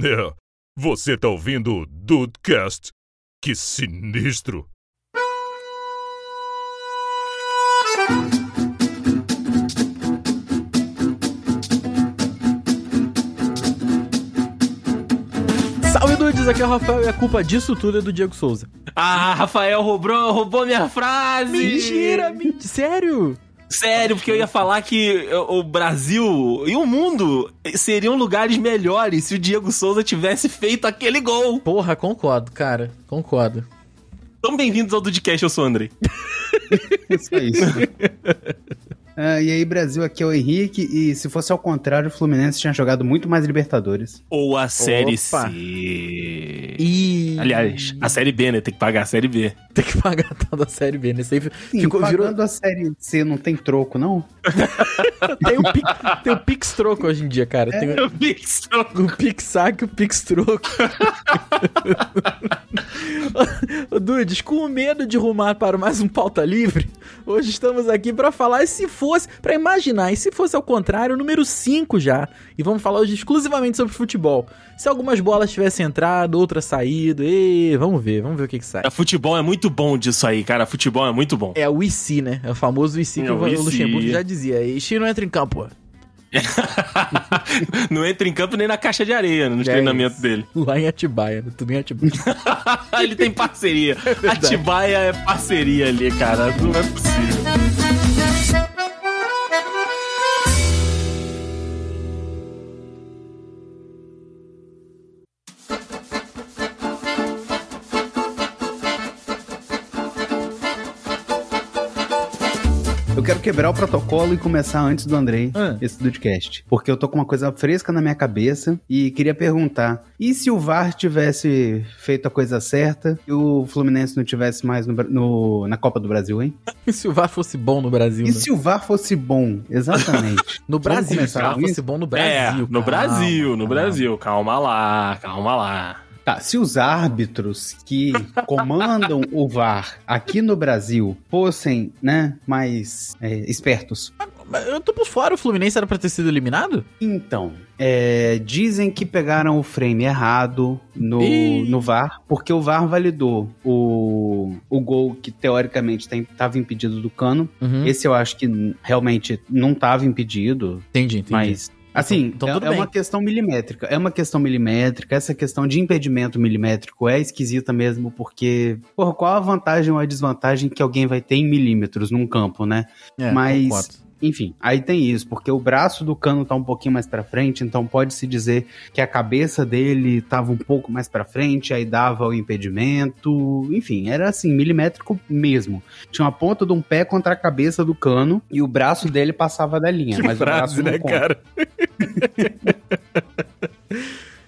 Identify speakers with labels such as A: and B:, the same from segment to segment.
A: É, você tá ouvindo o Dudecast? Que sinistro!
B: Salve Dudes, aqui é o Rafael e a culpa disso tudo é do Diego Souza.
C: Ah, Rafael roubou, roubou minha frase!
B: Mentira, mentira, sério?
C: Sério, porque eu ia falar que o Brasil e o mundo seriam lugares melhores se o Diego Souza tivesse feito aquele gol.
B: Porra, concordo, cara, concordo.
C: Então, bem-vindos ao Dudcast, eu sou o Andrei.
D: É Só isso. Ah, e aí, Brasil, aqui é o Henrique. E se fosse ao contrário, o Fluminense tinha jogado muito mais Libertadores.
C: Ou a Série
B: Opa.
C: C.
B: E
C: Aliás, a Série B, né? Tem que pagar a Série B.
B: tem que pagar a tal da série B, né? Isso aí
D: Sim,
B: ficou, virou,
D: pagando a Série C não tem troco, não?
B: tem, o pix, tem o Pix Troco hoje em dia, cara. Tem
C: Eu fiz.
B: o Um Pix Saco e o Pix Troco. Ô, Dudes, com medo de rumar para mais um pauta livre, hoje estamos aqui para falar e se fosse, para imaginar, e se fosse ao contrário, o número 5 já. E vamos falar hoje exclusivamente sobre futebol. Se algumas bolas tivessem entrado, outras saído, e vamos ver, vamos ver o que que sai.
C: A futebol é muito bom disso aí, cara. Futebol é muito bom.
B: É o IC, né? É o famoso IC que
C: É
B: o,
C: o IC.
B: Luxemburgo já dizia. Ixi, não entra em campo.
C: não entra em campo nem na caixa de areia no
B: É
C: treinamento
B: isso.
C: dele.
B: Lá em Atibaia, né? Tudo em Atibaia.
C: Ele tem parceria.
B: É verdade.
C: Atibaia é parceria ali, cara. Não é possível.
D: Eu quero quebrar o protocolo e começar antes do Andrei,
B: Ah.
D: esse podcast. Porque eu tô com uma coisa fresca na minha cabeça e queria perguntar: e se o VAR tivesse feito a coisa certa e o Fluminense não tivesse mais no Bra- no- na Copa do Brasil, hein?
B: E se o VAR fosse bom no Brasil?
D: E
B: né?
D: se o VAR fosse bom? Exatamente.
B: No
D: Vamos
B: Brasil, se o
D: começar
B: VAR
D: com isso?
B: fosse bom no
C: É,
B: Brasil.
C: no
B: cara.
C: Brasil, no
D: calma.
C: Brasil. Calma lá, calma lá.
D: Tá, se os árbitros que comandam o VAR aqui no Brasil fossem, né, mais é, espertos.
B: Ah, Mas Eu tô por fora, o Fluminense era pra ter sido eliminado?
D: Então, é, dizem que pegaram o frame errado no,
B: Ih.
D: no VAR, porque o VAR validou o, o gol que teoricamente estava impedido do cano.
B: Uhum.
D: Esse eu acho que n- realmente não estava impedido,
B: Entendi, entendi.
D: Mas, assim,
B: Então- então
D: é-
B: tudo
D: é,
B: bem.
D: uma questão milimétrica. É uma questão milimétrica. Essa questão de impedimento milimétrico é esquisita mesmo, porque, porra, qual a vantagem ou a desvantagem que alguém vai ter em milímetros num campo, né?
B: É,
D: mas-
B: concordo.
D: Enfim, aí tem isso, porque o braço do cano tá um pouquinho mais pra frente, então pode-se dizer que a cabeça dele tava um pouco mais pra frente, aí dava o impedimento. Enfim, era assim, milimétrico mesmo. Tinha uma ponta de um pé contra a cabeça do cano e o braço dele passava da linha. mas o braço
A: né,
B: né,
D: não conta.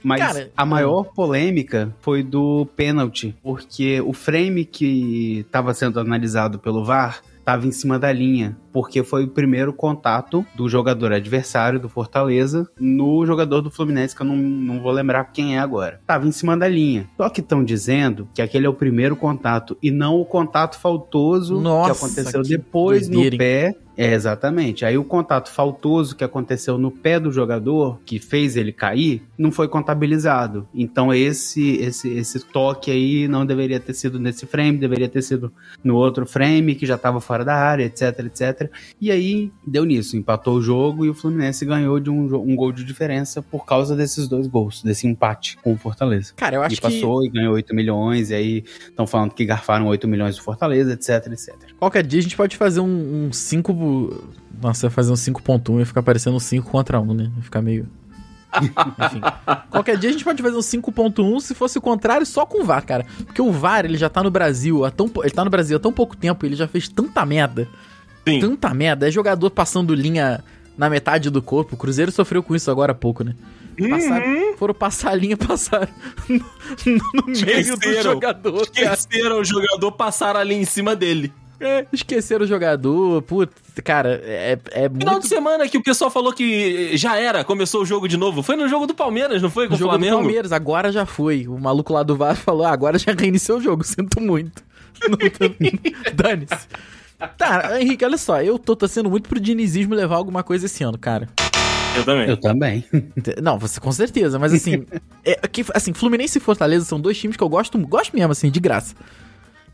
D: Mas
B: Cara,
D: a maior polêmica foi do pênalti, porque o frame que estava sendo analisado pelo VAR estava em cima da linha, porque foi o primeiro contato do jogador adversário do Fortaleza no jogador do Fluminense, que eu não, não vou lembrar quem é agora. Tava em cima da linha. Só que estão dizendo que aquele é o primeiro contato e não o contato faltoso
B: Nossa,
D: que aconteceu
B: que
D: depois
B: doideira, hein?
D: no pé é, exatamente. Aí o contato faltoso que aconteceu no pé do jogador, que fez ele cair, não foi contabilizado. Então esse esse esse toque aí não deveria ter sido nesse frame, deveria ter sido no outro frame que já estava fora da área, etc, etc. E aí deu nisso, empatou o jogo e o Fluminense ganhou de um, jo- um gol de diferença por causa desses dois gols, desse empate com o Fortaleza.
B: Cara, eu
D: e
B: acho que
D: passou e ganhou 8 milhões, e aí estão falando que garfaram 8 milhões do Fortaleza, etc, etc.
B: qualquer dia a gente pode fazer um 5... Nossa, eu ia fazer um 5.1 e ficar parecendo um 5 contra 1, né? Ia Ficar meio... Enfim. Qualquer dia a gente pode fazer um 5.1 se fosse o contrário só com o VAR, cara. Porque o VAR, ele já tá no Brasil há tão... pou- Ele tá no Brasil há tão pouco tempo e ele já fez tanta merda.
C: Sim.
B: tanta merda. É jogador passando linha na metade do corpo. O Cruzeiro sofreu com isso agora há pouco, né?
C: Uhum.
B: Passaram- foram passar a linha, passaram no, no meio do
C: Esqueceram.
B: jogador, cara.
C: Esqueceram o jogador, passaram ali em cima dele.
B: É, esqueceram o jogador. Puta, cara, é, é
C: Final
B: muito...
C: de semana que o pessoal falou que já era, começou o jogo de novo. Foi no jogo do Palmeiras, não foi? Com
B: O
C: o
B: jogo do
C: Flamengo?
B: Palmeiras, agora já foi. O maluco lá do VAR falou, ah, agora já reiniciou o jogo, sinto muito. Não tem- Dane-se. Tá, Henrique, olha só, eu tô torcendo muito pro dinizismo levar alguma coisa esse ano, cara.
C: Eu também.
D: Eu também.
B: Te- Não, você com certeza, mas assim, é, que, assim, Fluminense e Fortaleza são dois times que eu gosto, gosto mesmo, assim, de graça.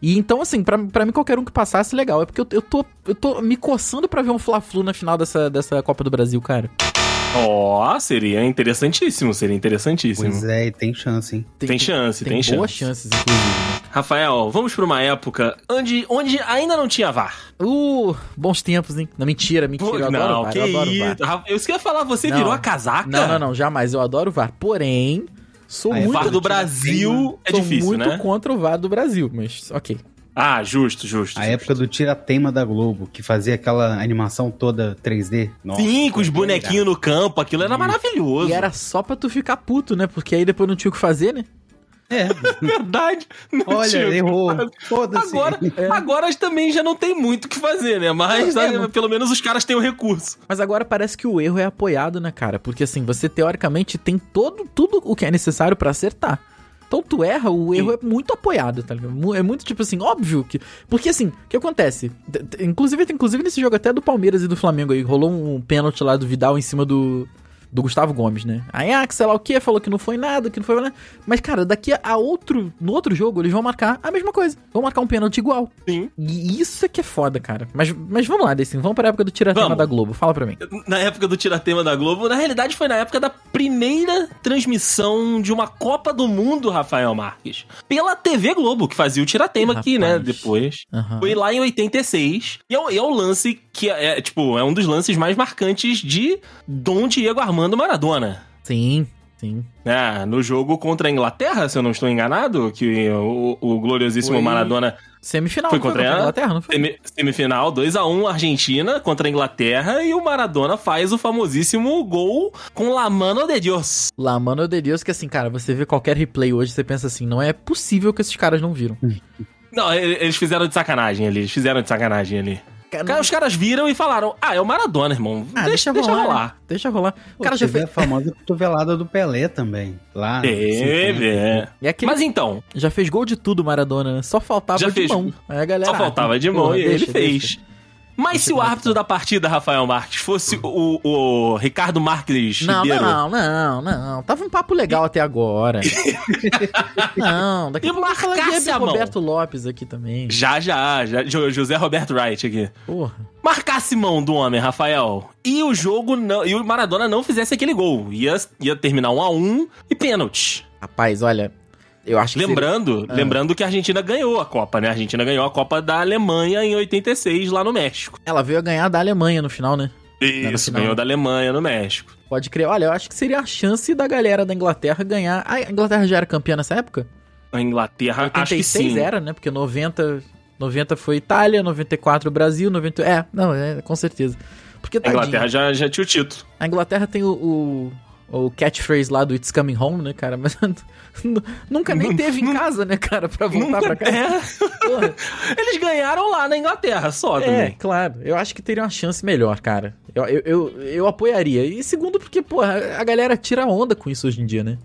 B: E então, assim, pra, pra mim qualquer um que passasse, legal. É porque eu, eu, tô, eu tô me coçando pra ver um Fla-Flu na final dessa, dessa Copa do Brasil, cara.
C: Ó, seria interessantíssimo, seria interessantíssimo.
D: Pois é, e tem chance, hein?
C: Tem chance, tem,
B: boas
C: chance.
B: chances, inclusive. né?
C: Rafael, vamos pra uma época onde, onde ainda não tinha VAR.
B: Uh, bons tempos, hein? Não, mentira, mentira.
C: Pô,
B: eu adoro o
C: não,
B: VAR,
C: que
B: eu adoro o VAR.
C: isso. Rafa- Eu esqueci de falar, você
B: Não.
C: virou a casaca?
B: Não, não, não, jamais. Eu adoro o VAR. Porém, sou
D: Ah, é
B: muito.
C: VAR do
D: Muito
C: Brasil é
B: sou
C: difícil,
B: muito
C: né?
B: contra o VAR do Brasil, mas ok.
C: Ah, justo, justo.
D: A
C: justo.
D: época do Tiratema da Globo, que fazia aquela animação toda 3D.
B: é
D: Nossa, é
C: Sim, com os bonequinhos no campo, aquilo era maravilhoso.
B: E era só pra tu ficar puto, né? Porque aí depois não tinha o que fazer, né?
D: É,
C: verdade. Não
D: olha,
C: tinha.
D: errou. Foda-se.
C: Agora, agora também já não tem muito o que fazer, né? Mas
B: É,
C: sabe,
B: não-
C: pelo menos os caras têm o recurso.
B: Mas agora parece que o erro é apoiado, né, cara? Porque assim, você teoricamente tem todo, tudo o que é necessário pra acertar. Então tu erra, o erro é muito apoiado, tá ligado? Mu- É muito tipo assim, óbvio que. Porque assim, o que acontece? D- d- Inclusive, inclusive nesse jogo até do Palmeiras e do Flamengo aí, rolou um pênalti lá do Vidal em cima do. Do Gustavo Gomes, né? Aí, ah, que sei lá o que, falou que não foi nada, que não foi nada. Mas, cara, daqui a outro. No outro jogo, eles vão marcar a mesma coisa. Vão marcar um pênalti igual.
C: Sim.
B: E isso é que é foda, cara. Mas, mas vamos lá, Decinho. Vamos pra época do tiratema
C: Vamos.
B: da Globo. Fala pra mim.
C: Na época do Tiratema da Globo, na realidade foi na época da primeira transmissão de uma Copa do Mundo, Rafael Marques. Pela TV Globo, que fazia o Tiratema
B: Ih,
C: aqui, né?
B: rapaz.
C: Depois.
B: Aham.
C: Foi lá em 86. E é, o- e é o lance que é, é, tipo, é um dos lances mais marcantes de Dom Diego Armando Maradona.
B: Sim, sim.
C: né? no jogo contra a Inglaterra, se eu não estou enganado, que o, o gloriosíssimo
B: Foi-
C: Maradona
B: Semifinal.
C: Foi
B: não
C: contra ela?
B: Inglaterra, não foi?
C: semi- semifinal 2 a 1 Argentina contra a Inglaterra e o Maradona faz o famosíssimo gol com La Mano de Dios.
B: Lá, mano, de Deus, que assim, cara, você vê qualquer replay hoje, você pensa assim, não é possível que esses caras não viram.
C: Não, e- eles fizeram de sacanagem ali, eles fizeram de sacanagem ali.
B: Cara,
C: Cara, os caras viram e falaram: "Ah, é o Maradona, irmão.
B: Ah,
C: deixa, deixa rolar."
B: né? Deixa rolar. O cara
D: Cara,
B: já fez.
D: a famosa cotovelada do Pelé também. Lá. no
C: Teve,
D: 50.
C: é.
B: É aquele...
C: Mas então,
B: Já fez gol de tudo, Maradona, né? Só faltava
C: Já
B: de
C: fez.
B: mão. Aí a galera. ah,
C: Só faltava de mão
B: porra,
C: e ele
B: deixa,
C: fez.
B: deixa.
C: Mas se o árbitro da partida, Rafael Marques, fosse o, o Ricardo Marques
B: Não,
C: Ribeiro.
B: não, não, não. Tava um papo legal até agora. não, daqui
C: E
B: a pouco eu falo de
C: marcasse a mão.
B: Roberto Lopes aqui também.
C: Já, já, já. Jo- José Roberto Wright aqui.
B: Porra.
C: Marcasse mão do homem, Rafael. E o jogo não. E o Maradona não fizesse aquele gol. Ia, ia terminar 1 a 1 e pênalti.
B: Rapaz, olha, eu acho que. seria- Ah.
C: Lembrando, lembrando que a Argentina ganhou a Copa, né? A Argentina ganhou a Copa da Alemanha em 86, lá no México.
B: Ela veio a ganhar da Alemanha no final, né? no
C: Isso,
B: final.
C: ganhou da Alemanha no México.
B: Pode crer. Olha, eu acho que seria a chance da galera da Inglaterra ganhar. Ah, A Inglaterra já era campeã nessa época?
C: A Inglaterra, acho que
B: 86
C: sim.
B: era, né? Porque 90, 90 foi Itália, 94 Brasil, 90... É, não, é, com certeza. Porque
C: A
B: tadinha,
C: Inglaterra já, já tinha o título.
B: a Inglaterra tem o, o, o catchphrase lá do It's Coming Home, né, cara? Mas n- nunca nem teve em casa, né, cara? Pra voltar pra casa.
C: É.
B: Porra.
C: Eles ganharam lá na Inglaterra só
B: É,
C: também.
B: claro. Eu acho que teria uma chance melhor, cara. Eu, eu, eu, eu apoiaria. E segundo, porque, porra, a galera tira onda com isso hoje em dia, né?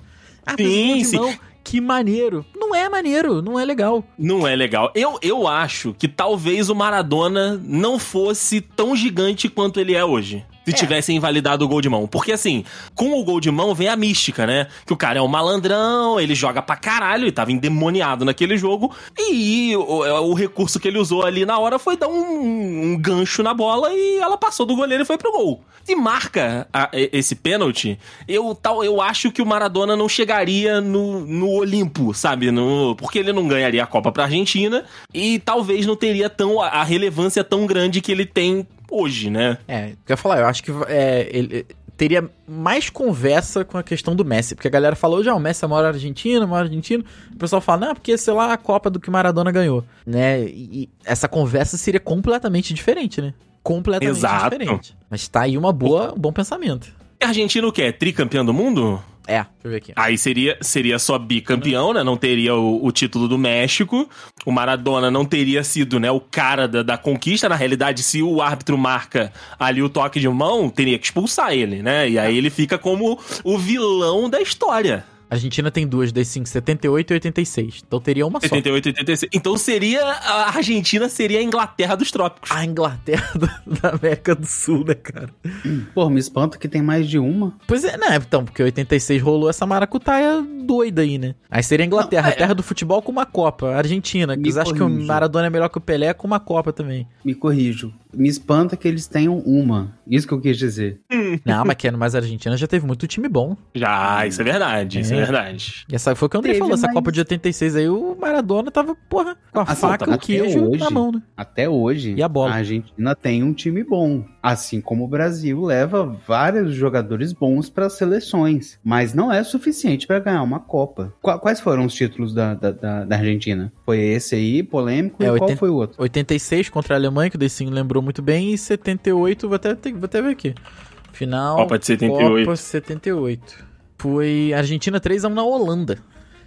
B: Ah, mas
C: Sim,
B: onde
C: sim.
B: não? Que maneiro. Não é maneiro, não é legal.
C: Não é legal. Eu, eu acho que talvez o Maradona não fosse tão gigante quanto ele é hoje. Se tivessem invalidado o gol de mão. Porque assim, com o gol de mão vem a mística, né? Que o cara é um malandrão, ele joga pra caralho e tava endemoniado naquele jogo. E o, é, o recurso que ele usou ali na hora foi dar um, um gancho na bola e ela passou do goleiro e foi pro gol. Se marca a- e- esse pênalti, eu, tal, eu acho que o Maradona não chegaria no, no Olimpo, sabe? No, porque ele não ganharia a Copa pra Argentina e talvez não teria tão, a- a relevância tão grande que ele tem hoje, né?
B: É, quer falar, eu acho que é, ele teria mais conversa com a questão do Messi, porque a galera falou já, o Messi é maior argentino, maior argentino. O pessoal fala, não, porque sei lá, a Copa do que Maradona ganhou, né? E, e essa conversa seria completamente diferente, né? Completamente
C: Exato.
B: diferente. Mas tá aí uma boa, um bom pensamento.
C: E a Argentina o quê? É tricampeão do mundo?
B: É, deixa eu ver aqui.
C: Aí seria, seria só bicampeão, né? Não teria o, o título do México. O Maradona não teria sido né, o cara da, da conquista. Na realidade, se o árbitro marca ali o toque de mão, teria que expulsar ele, né? E aí ele fica como o vilão da história.
B: A Argentina tem duas das 5, 78 e 86. Então teria uma só.
C: 78, 86. Então seria. A Argentina seria a Inglaterra dos Trópicos.
B: A Inglaterra do- da América do Sul, né, cara?
D: Pô, me espanta que tem mais de uma.
B: Pois é, né? Então, porque 86 rolou essa maracutaia doida aí, né? Aí seria a Inglaterra,
C: Não, é.
B: a terra do futebol com uma Copa. A Argentina, que
D: Me
B: eles acham que o
D: corrija.
B: Maradona é melhor que o Pelé com uma Copa também.
D: Me corrijo. Me espanta que eles tenham uma. Isso que eu quis dizer.
B: Não, mas, que- mas a Argentina já teve muito time bom.
C: Já, isso é verdade, isso é
B: É.
C: verdade.
B: E essa foi o que o André
D: Teve,
B: falou. Essa
D: mas-
B: Copa de 86 aí, o Maradona tava, porra, com a
D: Assim,
B: faca,
D: tá
B: o queijo na
D: até hoje.
B: mão, né?
D: Até hoje,
B: E a bola?
D: Argentina tem um time bom. Assim como o Brasil leva vários jogadores bons para seleções. Mas não é suficiente para ganhar uma Copa. Qua- Quais foram os títulos da, da, da- da Argentina? Foi esse aí, polêmico,
B: É,
D: e
B: 80
D: qual foi o outro?
B: 86 contra a Alemanha, que o Decinho lembrou muito bem, e 78, vou até, ter- vou até ver aqui. Final.
C: Copa de 78.
B: Copa 78. Foi Argentina 3x1 na Holanda.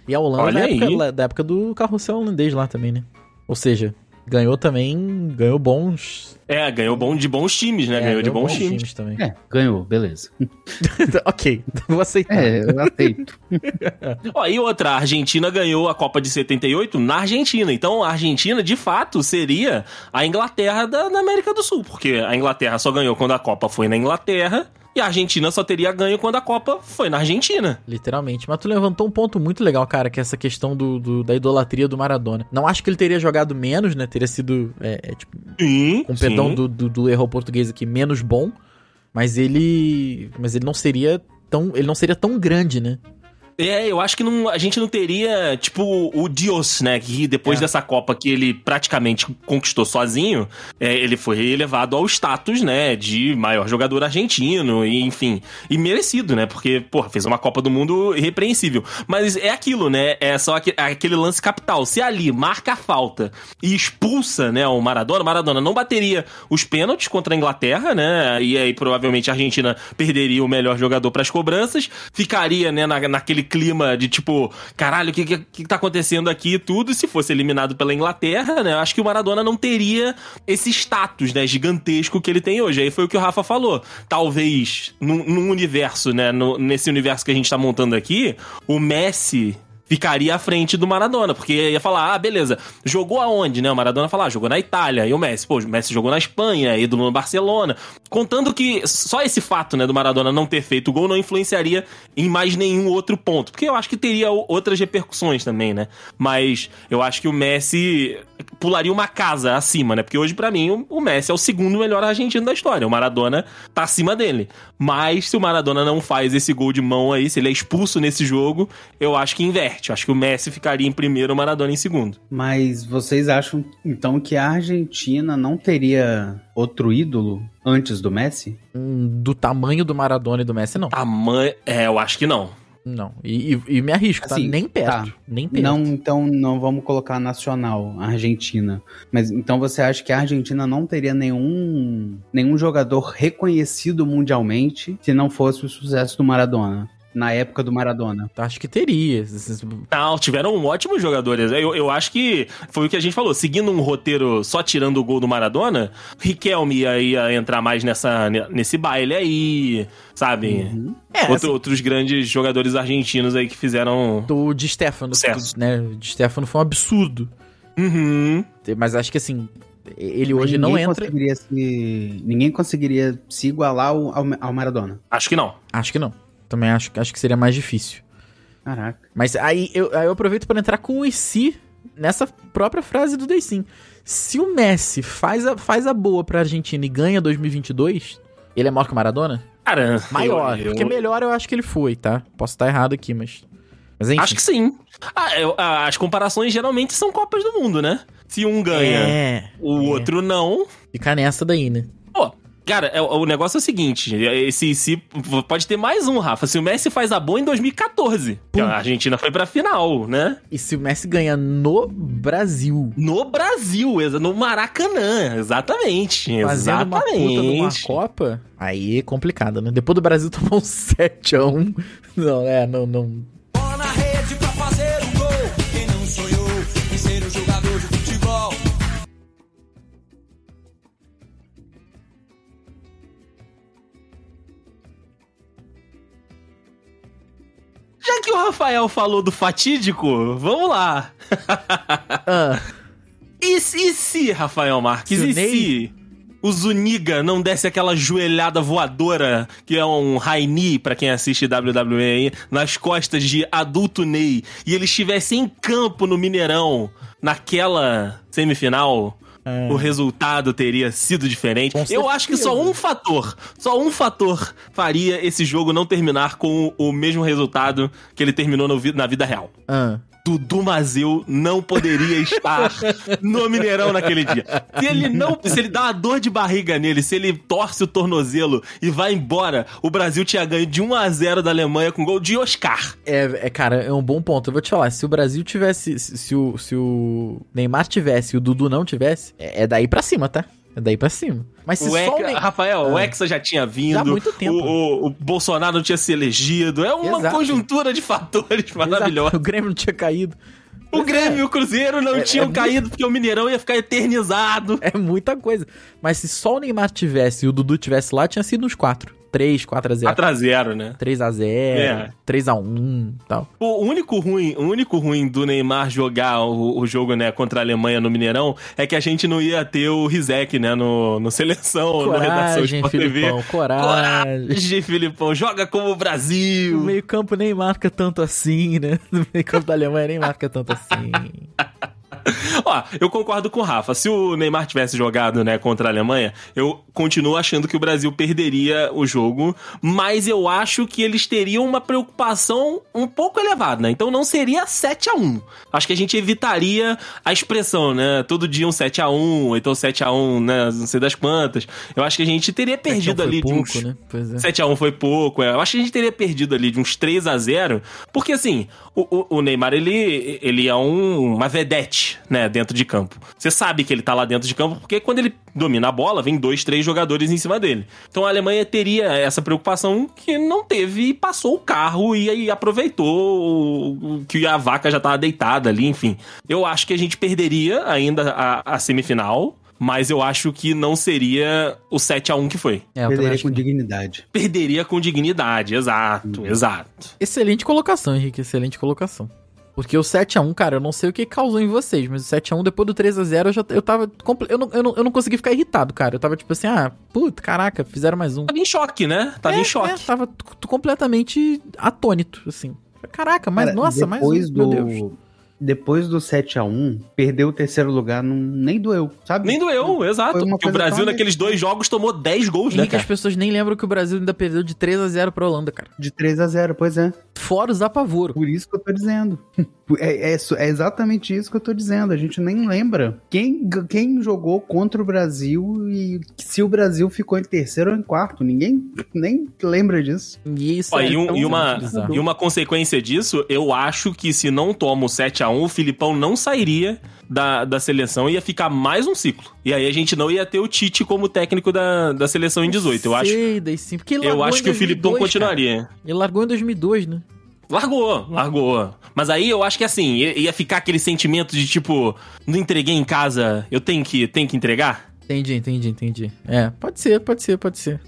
B: E a Holanda
C: Olha
B: da
C: aí.
B: época, lá- da época do carrossel holandês lá também, né? Ou seja, ganhou também, ganhou bons.
C: É, ganhou bom, de bons times, né?
B: é,
C: ganhou de bons, times.
B: também. Então,
D: É, ganhou, beleza.
B: ok, vou aceitar.
D: É, eu aceito.
C: Ó, e outra, a Argentina ganhou a Copa de 78 na Argentina. Então a Argentina, de fato, seria a Inglaterra da, da América do Sul, porque a Inglaterra só ganhou quando a Copa foi na Inglaterra. E a Argentina só teria ganho quando a Copa foi na Argentina.
B: Literalmente. Mas tu levantou um ponto muito legal, cara, que é essa questão do, do- da idolatria do Maradona. Não acho que ele teria jogado menos, né? Teria sido, é, é, tipo,
C: Sim.
B: com perdão
C: sim.
B: do, do, do erro ao português aqui, menos bom, mas ele, mas ele não seria tão, ele não seria tão grande, né?
C: É, eu acho que não, a gente não teria, tipo, o Dios, né? Que depois
B: É.
C: dessa Copa que ele praticamente conquistou sozinho, é, ele foi elevado ao status, né? De maior jogador argentino, e, enfim. E merecido, né? Porque, porra, fez uma Copa do Mundo irrepreensível. Mas é aquilo, né? É só aque- aquele lance capital. Se ali marca a falta e expulsa, né, o Maradona, o Maradona não bateria os pênaltis contra a Inglaterra, né? E aí provavelmente a Argentina perderia o melhor jogador para as cobranças, ficaria, né, na, naquele clima de tipo, caralho, o que, que, que tá acontecendo aqui e tudo. E se fosse eliminado pela Inglaterra, né? eu Acho que o Maradona não teria esse status, né, gigantesco que ele tem hoje. Aí foi o que o Rafa falou. Talvez num, num universo, né, no- nesse universo que a gente tá montando aqui, o Messi ficaria à frente do Maradona, porque ia falar, ah, beleza, jogou aonde, né? O Maradona falar, ah, jogou na Itália, e o Messi, pô, o Messi jogou na Espanha, é ídolo no Barcelona. Contando que só esse fato, né, do Maradona não ter feito gol não influenciaria em mais nenhum outro ponto, porque eu acho que teria o- outras repercussões também, né? Mas eu acho que o Messi pularia uma casa acima, né? Porque hoje, pra mim, o- o Messi é o segundo melhor argentino da história, o Maradona tá acima dele. Mas se o Maradona não faz esse gol de mão aí, se ele é expulso nesse jogo, eu acho que inverte. Eu acho que o Messi ficaria em primeiro, o Maradona em segundo.
D: Mas vocês acham, então, que a Argentina não teria outro ídolo antes do Messi?
B: Hum, Do tamanho do Maradona e do Messi, não.
C: Tamanho. É, eu acho que não.
B: Não. E, e- e me arrisco, tá?
D: Assim,
B: Nem perto.
D: tá.
B: Nem perto.
D: Não, então não vamos colocar nacional, a Argentina. Mas então você acha que a Argentina não teria nenhum, nenhum jogador reconhecido mundialmente se não fosse o sucesso do Maradona? Na época do Maradona.
B: Tá, Acho que teria. Esses-
C: Não, Tá, tiveram ótimos jogadores. Eu, eu acho que foi o que a gente falou. Seguindo um roteiro só tirando o gol do Maradona, Riquelme ia, ia entrar mais nessa, nesse baile aí, sabe?
D: Uhum.
B: É,
C: Outro- outros grandes jogadores argentinos aí que fizeram.
B: do Di Stefano,
C: Sucesso.
B: né? O Di Stefano foi um absurdo.
C: Uhum.
B: Mas acho que assim, ele hoje não
D: Ninguém
B: entra.
D: conseguiria se- ninguém conseguiria se igualar ao, ao, ao Maradona.
C: Acho que não.
B: Acho que não. Também acho, acho que seria mais difícil.
D: Caraca.
B: Mas aí eu, aí eu aproveito para entrar com o e se nessa própria frase do Deicin. Se o Messi faz a, faz a boa pra Argentina e ganha 2022, ele é maior que o Maradona?
C: Cara,
B: Maior.
C: eu- eu-
B: Porque melhor eu acho que ele foi, tá? Posso estar errado aqui, mas. Mas enfim.
C: Acho que sim. Ah, eu- ah, as comparações geralmente são Copas do Mundo, né? Se um ganha,
B: É.
C: o
B: é.
C: outro não.
B: Fica nessa daí, né?
C: Cara, é- o negócio é o seguinte: esse, se pode ter mais um, Rafa. Se o Messi faz a boa em 2014, que a Argentina foi pra final, né?
B: E se o Messi ganha no Brasil,
C: No Brasil, exa- no Maracanã, exatamente.
B: fazendo uma puta
C: exatamente.
B: numa Copa, aí é complicado, né? Depois do Brasil tomar um 7x1. Não, é, não, não.
E: Bola na rede pra fazer um gol. Quem não sonhou em ser um jogador de futebol?
C: Já que o Rafael falou do fatídico, vamos lá.
B: Ah,
C: E, se- e se, Rafael Marques,
B: Se o
C: e
B: Ney-
C: se o Zuniga não desse aquela joelhada voadora, que é um high knee, pra quem assiste WWE aí, nas costas de adulto Ney, e ele estivesse em campo no Mineirão, naquela semifinal... O resultado teria sido diferente.
B: É. Com
C: Eu acho que só
B: certeza.
C: um fator, só um fator faria esse jogo não terminar com o mesmo resultado que ele terminou no vi- na vida real.
B: ah.
C: Dudu Mazeu não poderia estar no Mineirão naquele dia. Se ele não, se ele dá uma dor de barriga nele, se ele torce o tornozelo e vai embora, o Brasil tinha ganho de 1 a 0 da Alemanha com gol de Oscar.
B: É, é, cara, é um bom ponto. Eu vou te falar, se o Brasil tivesse. Se, se o, se o Neymar tivesse e o Dudu não tivesse, é, é daí pra cima, tá? É daí pra cima. Mas se
C: O
B: só o
C: Hexa,
B: Neymar.
C: Rafael, o
B: Ah.
C: Hexa já tinha vindo.
B: Já há muito tempo.
C: O, o- o Bolsonaro não tinha se elegido. É uma
B: Exato.
C: conjuntura de fatores maravilhosa.
B: O Grêmio não tinha caído.
C: O Grêmio e o Cruzeiro não
B: É- é
C: tinham
B: muito-
C: caído porque o Mineirão ia ficar eternizado.
B: É muita coisa. Mas se só o Neymar tivesse e o Dudu tivesse lá, tinha sido uns 4. 3, 4 a 0.
C: Atrás zero, né?
B: 3 a 0,
C: É.
B: 3 a 1, tal.
C: O único ruim, o único ruim do Neymar jogar o, o jogo, né, contra a Alemanha no Mineirão é que a gente não ia ter o Rizek, né, no, no seleção, na redação
B: Coragem,
C: Sport TV.
B: Filipão, coragem.
C: Coragem, Filipão, joga como o
B: O
C: Brasil.
B: meio-campo nem marca tanto assim, né? O meio-campo da Alemanha nem marca tanto assim.
C: Ó, eu concordo com o Rafa. Se o Neymar tivesse jogado, né, contra a Alemanha, eu continuo achando que o Brasil perderia o jogo, mas eu acho que eles teriam uma preocupação um pouco elevada, né? Então não seria 7 a 1. Acho que a gente evitaria a expressão, né? Todo dia um 7 a 1, então 7 a 1, né, não sei das quantas. Eu acho que a gente teria perdido
B: Então foi
C: ali de um
B: pouco,
C: uns
B: né? Pois é.
C: 7x1 foi pouco, é. eu acho que a gente teria perdido ali de uns 3x0, porque assim, o, o- o Neymar, ele, ele é um- uma vedete, né, dentro de campo. Você sabe que ele tá lá dentro de campo, porque quando ele domina a bola, vem dois, três jogadores em cima dele. Então a Alemanha teria essa preocupação que não teve e passou o carro e aí aproveitou o- o- que a vaca já tava deitada ali, enfim. Eu acho que a gente perderia ainda a, a semifinal, mas eu acho que não seria o 7x1 que foi
B: É, eu também
D: Perderia
B: acho
D: com
B: que-
D: dignidade.
C: perderia com dignidade, exato, exato.
B: Excelente colocação, Henrique, excelente colocação. Porque o 7x1, cara, eu não sei o que causou em vocês, mas o 7x1 depois do 3x0 eu já eu tava. compl- Eu não, eu, não, eu não consegui ficar irritado, cara. Eu tava tipo assim, ah, puta, caraca, fizeram mais um.
C: Tava em choque, né? Tava
B: É,
C: em choque.
B: é, tava t- t- completamente atônito, assim. Caraca, mas
D: Cara,
B: nossa, mas.
D: depois
B: Meu Deus.
D: do Depois do 7x1, perder o terceiro lugar não, nem doeu, sabe?
C: Nem doeu, exato.
D: é. Foi uma
C: Porque o
D: coisa
C: Brasil
D: tão
C: naqueles dois jogos tomou 10 gols, né,
B: Henrique, as
C: cara?
B: pessoas nem lembram que o Brasil ainda perdeu de 3x0 pra Holanda, cara.
D: De 3 a 0 pois é.
B: Fora os apavoros.
D: Por isso que eu tô dizendo. É, é isso- é exatamente isso que eu tô dizendo. A gente nem lembra quem, g- quem jogou contra o Brasil e se o Brasil ficou em terceiro ou em quarto. Ninguém nem lembra disso.
B: E isso é
C: Ó, e, um-
B: tão
C: e uma,
B: bizarro.
C: e uma consequência disso, eu acho que se não toma o 7x1, o Filipão não sairia da, da seleção ia ficar mais um ciclo. E aí a gente não ia ter o Tite como técnico da, da seleção em 18. Eu acho,
B: Sei, daí sim, porque ele
C: eu
B: largou
C: acho
B: em
C: que o Filipão
B: 2002, cara.
C: continuaria.
B: Ele largou em 2002, né?
C: Largou, largou. Mas aí eu acho que assim, ia ia ficar aquele sentimento de tipo, não entreguei em casa, eu tenho que, tenho que entregar?
B: Entendi, entendi, entendi. É, pode ser, pode ser, pode ser.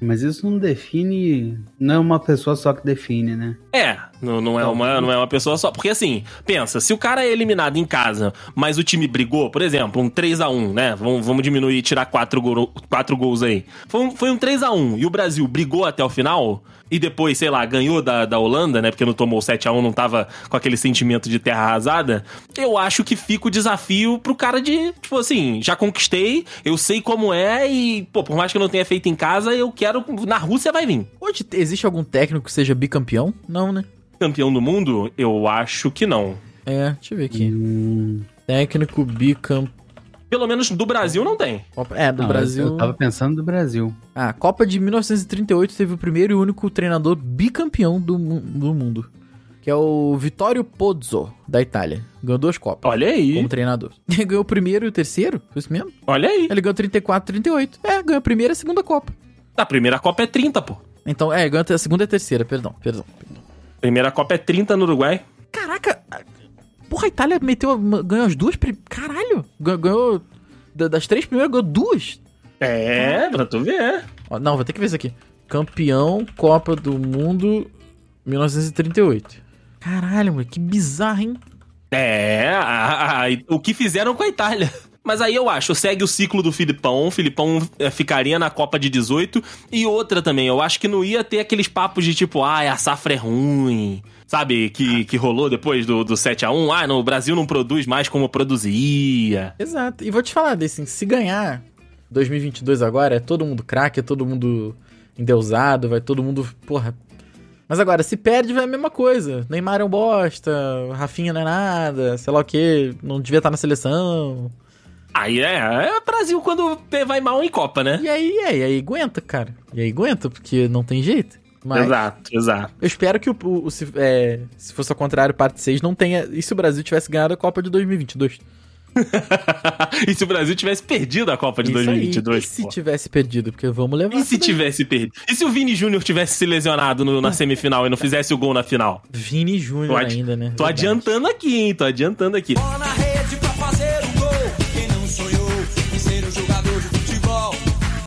D: Mas isso não define. Não é uma pessoa só que define, né?
C: É, não, não, é uma, não é uma pessoa só. Porque assim, pensa, se o cara é eliminado em casa, mas o time brigou, por exemplo, um 3x1, né? Vamos, vamos diminuir e tirar 4 quatro gol- quatro gols aí. Foi um, foi um 3x1 e o Brasil brigou até o final e depois, sei lá, ganhou da, da Holanda, né? Porque não tomou 7x1, não tava com aquele sentimento de terra arrasada. Eu acho que fica o desafio pro cara de, tipo assim, já conquistei, eu sei como é e, pô, por mais que eu não tenha feito em casa, eu quero. Na Rússia vai vir.
B: Hoje te- existe algum técnico que seja bicampeão? Não, né?
C: Campeão do mundo? Eu acho que não.
B: É, deixa eu ver aqui.
D: Hum.
B: Técnico bicampeão.
C: Pelo menos do Brasil não tem.
B: É, do
D: Não,
B: Brasil.
D: Eu tava pensando do Brasil.
B: Ah, Copa de 1938 teve o primeiro e único treinador bicampeão do, mu- do mundo. Que é o Vittorio Pozzo, da Itália. Ganhou duas Copas.
C: Olha aí.
B: Como treinador. Ele ganhou o primeiro e o terceiro? Foi isso mesmo?
C: Olha aí.
B: Ele ganhou 34 38. É, ganhou a primeira e a segunda Copa.
C: A primeira Copa é 30, pô.
B: Então, é, ganhou a segunda e a terceira, perdão, perdão.
C: Primeira Copa é 30 no Uruguai.
B: Caraca, a- porra, a Itália meteu, ganhou as duas. prim- Caralho, Gan- ganhou. da- Das três primeiras, ganhou duas.
C: É, pra tu ver.
B: Ó, não, vou ter que ver isso aqui. Campeão Copa do Mundo 1938. Caralho, moleque, que bizarro, hein?
C: É, a- a- a- o que fizeram com a Itália. Mas aí eu acho, segue o ciclo do Filipão. O Filipão eh, ficaria na Copa de 18. E outra também, eu acho que não ia ter aqueles papos de tipo, ah, a safra é ruim. Sabe, que, que rolou depois do, do 7x1. Ah, não, o Brasil não produz mais como produzia.
B: Exato. E vou te falar, assim, se ganhar 2022 agora, é todo mundo craque, é todo mundo endeusado, vai todo mundo, porra. Mas agora, se perde, vai a mesma coisa. Neymar é um bosta, Rafinha não é nada, sei lá o que, não devia estar na seleção.
C: Aí é, é Brasil quando vai mal em Copa, né?
B: E aí, é, e aí aguenta, cara. E aí aguenta, porque não tem jeito. Mas
C: Exato, exato.
B: eu espero que o, o- o- se, é, se fosse ao contrário, parte 6 não tenha. E se o Brasil tivesse ganhado a Copa de 2022?
C: e se o Brasil tivesse perdido a Copa de
B: Isso aí.
C: 2022?
B: E se
C: pô?
B: tivesse perdido? Porque vamos levar.
C: E se
B: isso daí.
C: tivesse perdido? E se o Vini Júnior tivesse se lesionado no- na semifinal e não fizesse o gol na final?
B: Vini Júnior
C: Tô adi-
B: ainda, né?
C: Tô
B: Verdade.
C: adiantando aqui, hein? Tô adiantando aqui.
E: Bola na rede pra fazer um gol. Quem não sonhou em ser um jogador de futebol?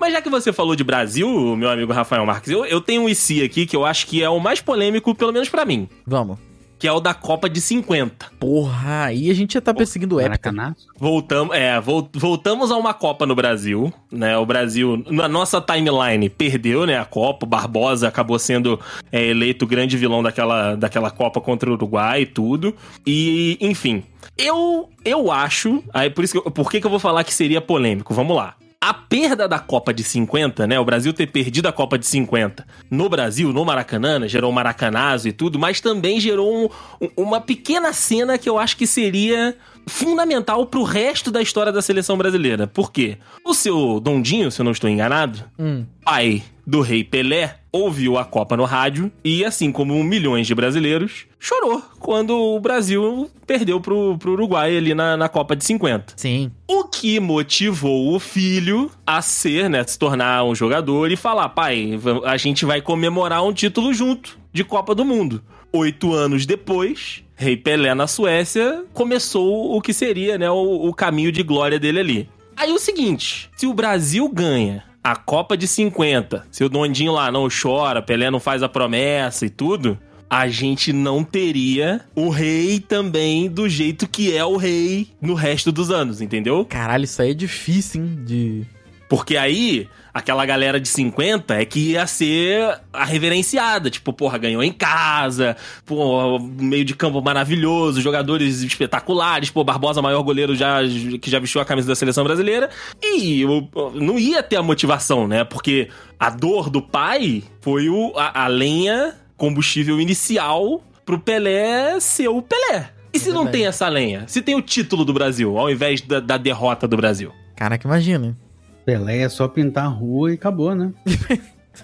C: Mas já que você falou de Brasil, meu amigo Rafael Marques, eu, eu tenho um IC aqui que eu acho que é o mais polêmico, pelo menos pra mim,
B: Vamos.
C: que é o da Copa de 50.
B: Porra, aí a gente já tá perseguindo o Epta.
D: Maracanã?
C: Voltamos, é, vol- voltamos a uma Copa no Brasil, né? O Brasil, na nossa timeline, perdeu, né, a Copa. O Barbosa acabou sendo é, eleito o grande vilão daquela, daquela Copa contra o Uruguai e tudo. E, enfim, eu, eu acho... Aí por, isso que eu- por que, que eu vou falar que seria polêmico? Vamos lá. A perda da Copa de 50, né? O Brasil ter perdido a Copa de 50 no Brasil, no Maracanã, né, gerou um maracanazo e tudo, mas também gerou um- um- uma pequena cena que eu acho que seria fundamental pro resto da história da seleção brasileira. Por quê? O seu Dondinho, se eu não estou enganado,
B: Hum.
C: pai do rei Pelé, ouviu a Copa no rádio e, assim como milhões de brasileiros, chorou quando o Brasil perdeu pro, pro Uruguai ali na, na Copa de 50.
B: Sim.
C: O que motivou o filho a ser, né, se tornar um jogador e falar, pai, v- a gente vai comemorar um título junto de Copa do Mundo. Oito anos depois, Rei Pelé na Suécia começou o que seria, né, o, o caminho de glória dele ali. Aí o seguinte, se o Brasil ganha a Copa de 50, se o Dondinho lá não chora, Pelé não faz a promessa e tudo, a gente não teria o rei também do jeito que é o rei no resto dos anos, entendeu?
B: Caralho, isso aí é difícil, hein? De.
C: Porque aí, aquela galera de 50 é que ia ser a reverenciada. Tipo, porra, ganhou em casa, pô, meio de campo maravilhoso, jogadores espetaculares, pô, Barbosa, maior goleiro já, que já vestiu a camisa da seleção brasileira. E o- não ia ter a motivação, né? Porque a dor do pai foi o, a, a lenha, combustível inicial pro Pelé ser o Pelé. E se não
B: Verdade.
C: tem essa lenha? Se tem o título do Brasil, ao invés da- da derrota do Brasil?
B: Caraca, imagina.
D: Pelé é só pintar a rua e acabou, né?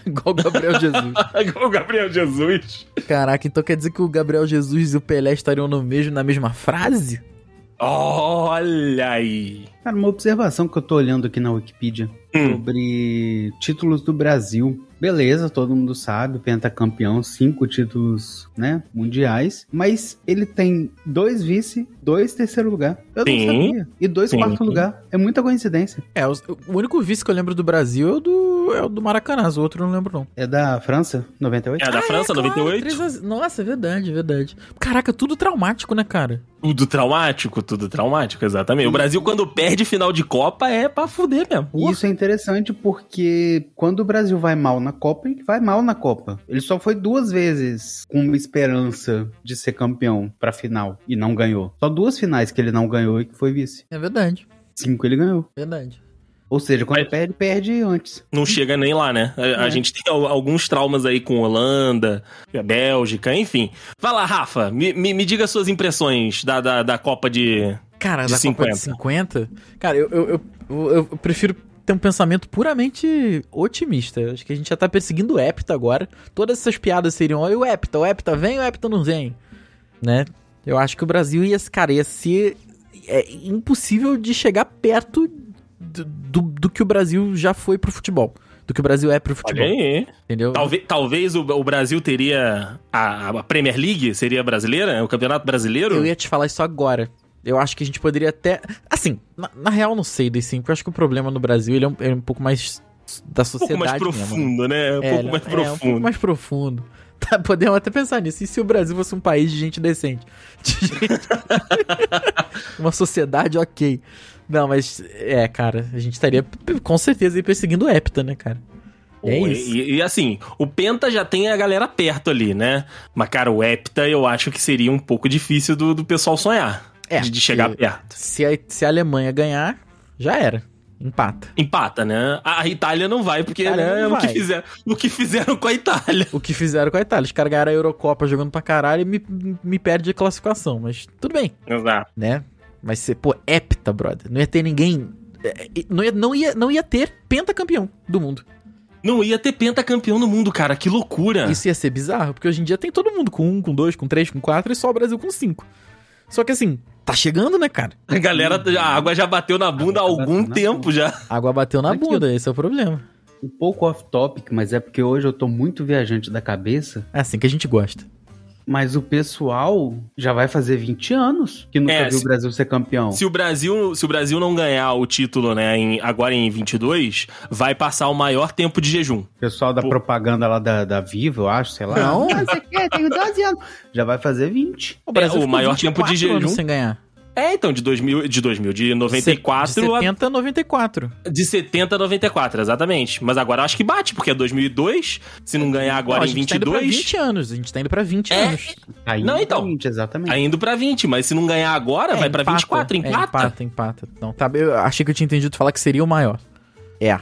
B: Igual o Gabriel Jesus.
C: o Gabriel Jesus.
B: Caraca, então quer dizer que o Gabriel Jesus e o Pelé estariam no mesmo, na mesma frase?
C: Olha aí.
D: Cara, uma observação que eu tô olhando aqui na Wikipedia
C: Hum.
D: sobre títulos do Brasil. Beleza, todo mundo sabe, pentacampeão, cinco títulos, né, mundiais, mas ele tem dois vice, dois terceiro lugar. Eu não
C: Sim.
D: sabia. E dois
C: Sim.
D: quarto lugar. É muita coincidência.
B: É, o, o único vice que eu lembro do Brasil é o do, é o do Maracanã, o outro eu não lembro, não.
D: É da França, 98?
C: É da França, 98.
B: 98? Nossa, é verdade, é verdade. Caraca, tudo traumático, né, cara?
C: Tudo traumático, tudo traumático, exatamente. O Brasil, quando perde final de Copa, é pra fuder mesmo.
D: E Isso é interessante porque quando o Brasil vai mal na Copa, ele vai mal na Copa. Ele só foi duas vezes com uma esperança de ser campeão pra final e não ganhou. Só duas finais que ele não ganhou e que foi vice.
B: É verdade,
D: Cinco ele ganhou.
B: verdade.
D: Ou seja, quando
C: Mas-
D: perde, perde antes.
C: Não chega nem lá, né? A, a
D: É.
C: gente tem al- alguns traumas aí com Holanda, Bélgica, enfim. Vai lá, Rafa, me, me, me diga suas impressões da, da, da Copa de.
B: Cara,
C: De
B: da Copa de 50? Cara, eu, eu, eu, eu- eu prefiro ter um pensamento puramente otimista. Acho que a gente já tá perseguindo o Epta agora. Todas essas piadas seriam, olha o Epta, o Epta vem, o Epta não vem. Né? Eu acho que o Brasil ia, cara, ia ser é impossível de chegar perto do, do, do que o Brasil já foi pro futebol. Do que o Brasil é pro
C: Olha
B: futebol,
C: aí, hein?
B: entendeu?
C: Talvez, talvez o, o Brasil teria. A, a Premier League seria brasileira? É O Campeonato Brasileiro?
B: Eu ia te falar isso agora. Eu acho que a gente poderia até. Assim, na, na real, não sei desse sim, porque eu acho que o problema no Brasil ele é, um, ele é um pouco mais da
C: um pouco
B: sociedade.
C: mais
B: mesmo, né?
C: profundo, né? Um
B: É,
C: pouco
B: ele-
C: mais
B: é, um pouco
C: profundo.
B: mais profundo. Tá, podemos até pensar nisso. E se o Brasil fosse um país de gente decente? De gente- Uma sociedade ok. Não, mas é, cara, a gente estaria p- com certeza aí perseguindo o Hepta, né, cara? É
C: Pô,
B: isso.
C: E, e, assim, o Penta já tem a galera perto ali, né? Mas, cara, o Hepta eu acho que seria um pouco difícil do, do pessoal sonhar.
B: É,
C: de, de chegar
B: porque-
C: perto.
B: Se a, se a Alemanha ganhar, já era. Empata.
C: Empata, né? A Itália não vai, porque
B: Itália
C: né,
B: não
C: o, que
B: vai.
C: fizeram, o que fizeram com a Itália.
B: O que fizeram com a Itália. Os caras ganharam a Eurocopa jogando pra caralho e me, me perde a classificação. Mas tudo bem.
C: Exato.
B: né? Mas ser, pô, hepta, brother. Não ia ter ninguém. é, é, Não ia, não ia, não ia ter pentacampeão do mundo.
C: Não ia ter Penta campeão no mundo, cara. Que loucura.
B: Isso ia ser bizarro, porque hoje em dia tem todo mundo com um, com dois, com três, com quatro e só o Brasil com cinco. Só que assim, tá chegando, né, cara?
C: A galera, a água já bateu na bunda há
D: água tá
C: algum
D: batendo na
C: tempo já.
B: A água bateu na
D: Aqui, ó.
B: bunda, esse é o problema.
D: Um pouco off-topic, mas é porque hoje eu tô muito viajante da cabeça.
B: É assim que a gente gosta.
D: Mas o pessoal já vai fazer 20 anos que nunca
C: É,
D: viu
C: se-
D: o Brasil ser campeão.
C: Se o Brasil, se o Brasil não ganhar o título, né, em- agora em 22, vai passar o maior tempo de jejum.
D: O pessoal da
C: Pô.
D: propaganda lá da, da Viva, eu acho, sei lá.
B: Não. é,
D: Ah, você quer? Tenho 12 anos. Já vai fazer 20.
B: O
C: É, o
B: ficou
C: maior tempo de
B: 24 anos
C: jejum.
B: sem ganhar.
C: É, então, de 2000, de 2000, de 94
B: Se- de
C: a
B: 70 a 94.
C: De 70 a 94, exatamente. Mas agora acho que bate, porque é 2002. Se não ganhar agora
B: Não, a
C: em
B: gente tá indo pra
C: 22,
B: 20 anos. A gente tá indo pra 20
C: É,
B: anos.
D: Aí
C: Não,
D: vai
C: então.
D: 20, exatamente.
C: tá indo pra 20. Mas se não ganhar agora, vai pra 24,
B: É,
C: empata.
B: empata, empata. Não, tá, eu achei que eu tinha entendido falar que seria o maior. É.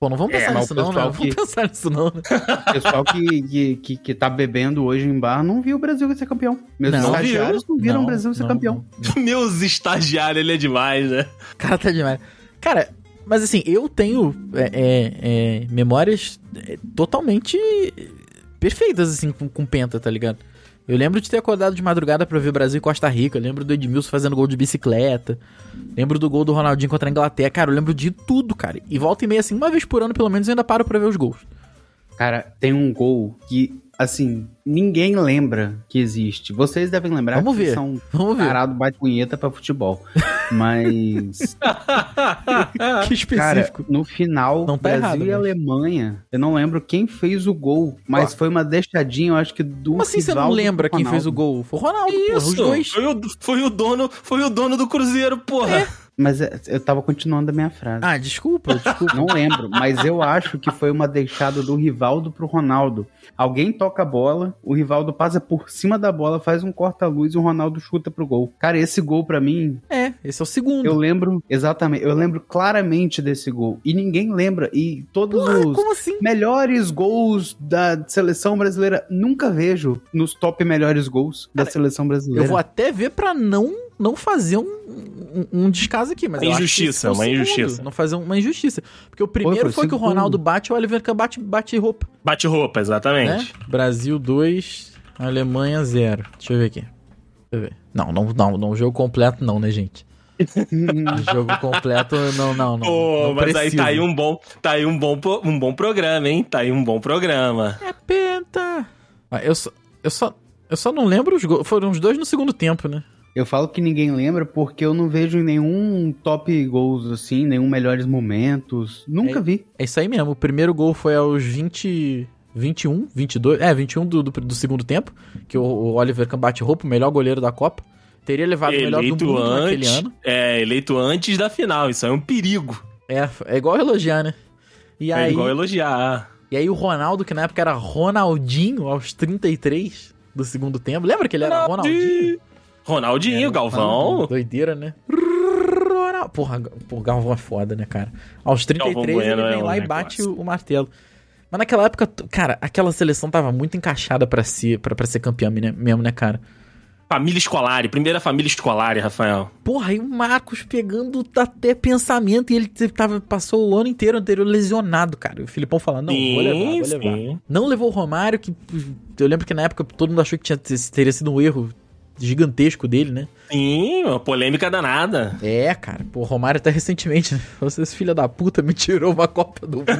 B: Pô, não vamos
D: É,
B: pensar
D: mas
B: nisso
D: o
B: não, né?
D: pessoal
B: Não vamos
D: que-
B: pensar nisso não. né?
D: O pessoal que, que, que, que tá bebendo hoje em bar não viu o Brasil ser campeão. Meus
B: Não
D: estagiários não viram
B: Não,
D: o Brasil ser
B: não,
D: campeão.
C: Meus estagiários, ele é demais, né?
B: não. Cara, tá demais. Cara, mas assim, eu tenho é, é, é, memórias é, totalmente perfeitas, assim, com, com Penta, tá ligado? Eu lembro de ter acordado de madrugada pra ver Brasil e Costa Rica. eu lembro do Edmilson fazendo gol de bicicleta. Lembro do gol do Ronaldinho contra a Inglaterra. Cara, eu lembro de tudo, cara. E volta e meia, assim, uma vez por ano, pelo menos, eu ainda paro pra ver os gols.
D: Cara, tem um gol que, assim, ninguém lembra que existe. Vocês devem lembrar
B: Vamos
D: que
B: ver.
D: são
B: Vamos ver.
D: parado bate punheta pra futebol. Mas,
B: que
D: cara,
B: específico.
D: no final,
B: Não tá
D: Brasil
B: errado,
D: e
B: mas-
D: Alemanha, eu não lembro quem fez o gol, mas foi uma deixadinha, eu acho que do
B: Como assim você não
D: rival do
B: lembra quem fez
D: Ronaldo.
B: o gol? Foi o Ronaldo, porra, os
C: Isso.
B: dois.
C: Foi, o, foi o dono, foi o dono do Cruzeiro, porra.
D: Mas é, eu tava continuando a minha frase.
B: Ah, desculpa, desculpa.
D: Não lembro, mas eu acho que foi uma deixada do Rivaldo pro Ronaldo. Alguém toca a bola, o Rivaldo passa por cima da bola, faz um corta-luz e o Ronaldo chuta pro gol. Cara, esse gol pra mim,
B: É, esse é o segundo.
D: eu lembro exatamente, eu lembro claramente desse gol. E ninguém lembra, e todos os
B: Como assim?
D: melhores gols da seleção brasileira nunca vejo nos top melhores gols da seleção brasileira.
B: Eu vou até ver pra não não fazer um, um, um descaso aqui, mas
C: Uma
B: eu acho que
C: injustiça,
B: esse foi o
C: uma
B: segundo,
C: injustiça.
B: Não fazer uma injustiça, porque o primeiro
D: foi o
B: foi, que o
D: segundo.
B: Ronaldo bate, o Oliver Kahn bate bate roupa,
C: Bate roupa,
B: né?
C: exatamente.
B: Brasil 2, Alemanha 0. Deixa eu ver aqui. Deixa eu ver. Não, não, não, não jogo completo não, né, gente? jogo completo não, não, não.
C: Ô,
B: não
C: mas aí
B: preciso.
C: tá aí um bom, tá aí um bom, po- um bom programa, hein? Tá aí um bom programa.
B: É penta. Ah, eu só eu só eu só não lembro os gols. Foram os dois no segundo tempo, né?
D: Eu falo que ninguém lembra porque eu não vejo nenhum top gols assim, nenhum melhores momentos. Nunca
B: É.
D: vi.
B: É isso aí mesmo. O primeiro gol foi aos 20. 21, 22. É, 21 do, do, do segundo tempo. Que o, o Oliver Kahn bate roupa, o melhor goleiro da Copa. Teria levado o melhor do
C: Eleito
B: mundo naquele
C: antes,
B: ano.
C: é, eleito antes da final. Isso aí é um perigo.
B: É, é igual elogiar, né? E
C: é
B: aí,
C: igual elogiar.
B: e aí o Ronaldo, que na época era Ronaldinho, aos 33 do segundo tempo. Lembra que ele era Ronaldinho? um
C: Ronaldinho. Ronaldinho, Galvão.
B: Doideira, né? Ronaldo. Porra, Ga- pô, Galvão é foda, né, cara? Aos 33
C: Galvão Bueno
B: ele
C: é
B: vem
C: um
B: lá e
C: negócio.
B: bate o, o martelo. Mas naquela época, t- cara, aquela seleção tava muito encaixada pra ser, pra, pra ser campeã né, mesmo, né, cara?
C: Família escolar, primeira família escolar, Rafael.
B: Porra, e o Marcos pegando até pensamento e ele te- tava, passou o ano inteiro anterior lesionado, cara. E o Filipão falando, não, vou levar, vou levar.
C: sim.
B: Não levou o Romário, que eu lembro que na época todo mundo achou que tinha, teria sido um erro gigantesco dele, né?
C: Sim, uma polêmica danada.
B: É, cara. Pô, o Romário até recentemente, né? Vocês, filha da puta, me tirou uma Copa do Mundo.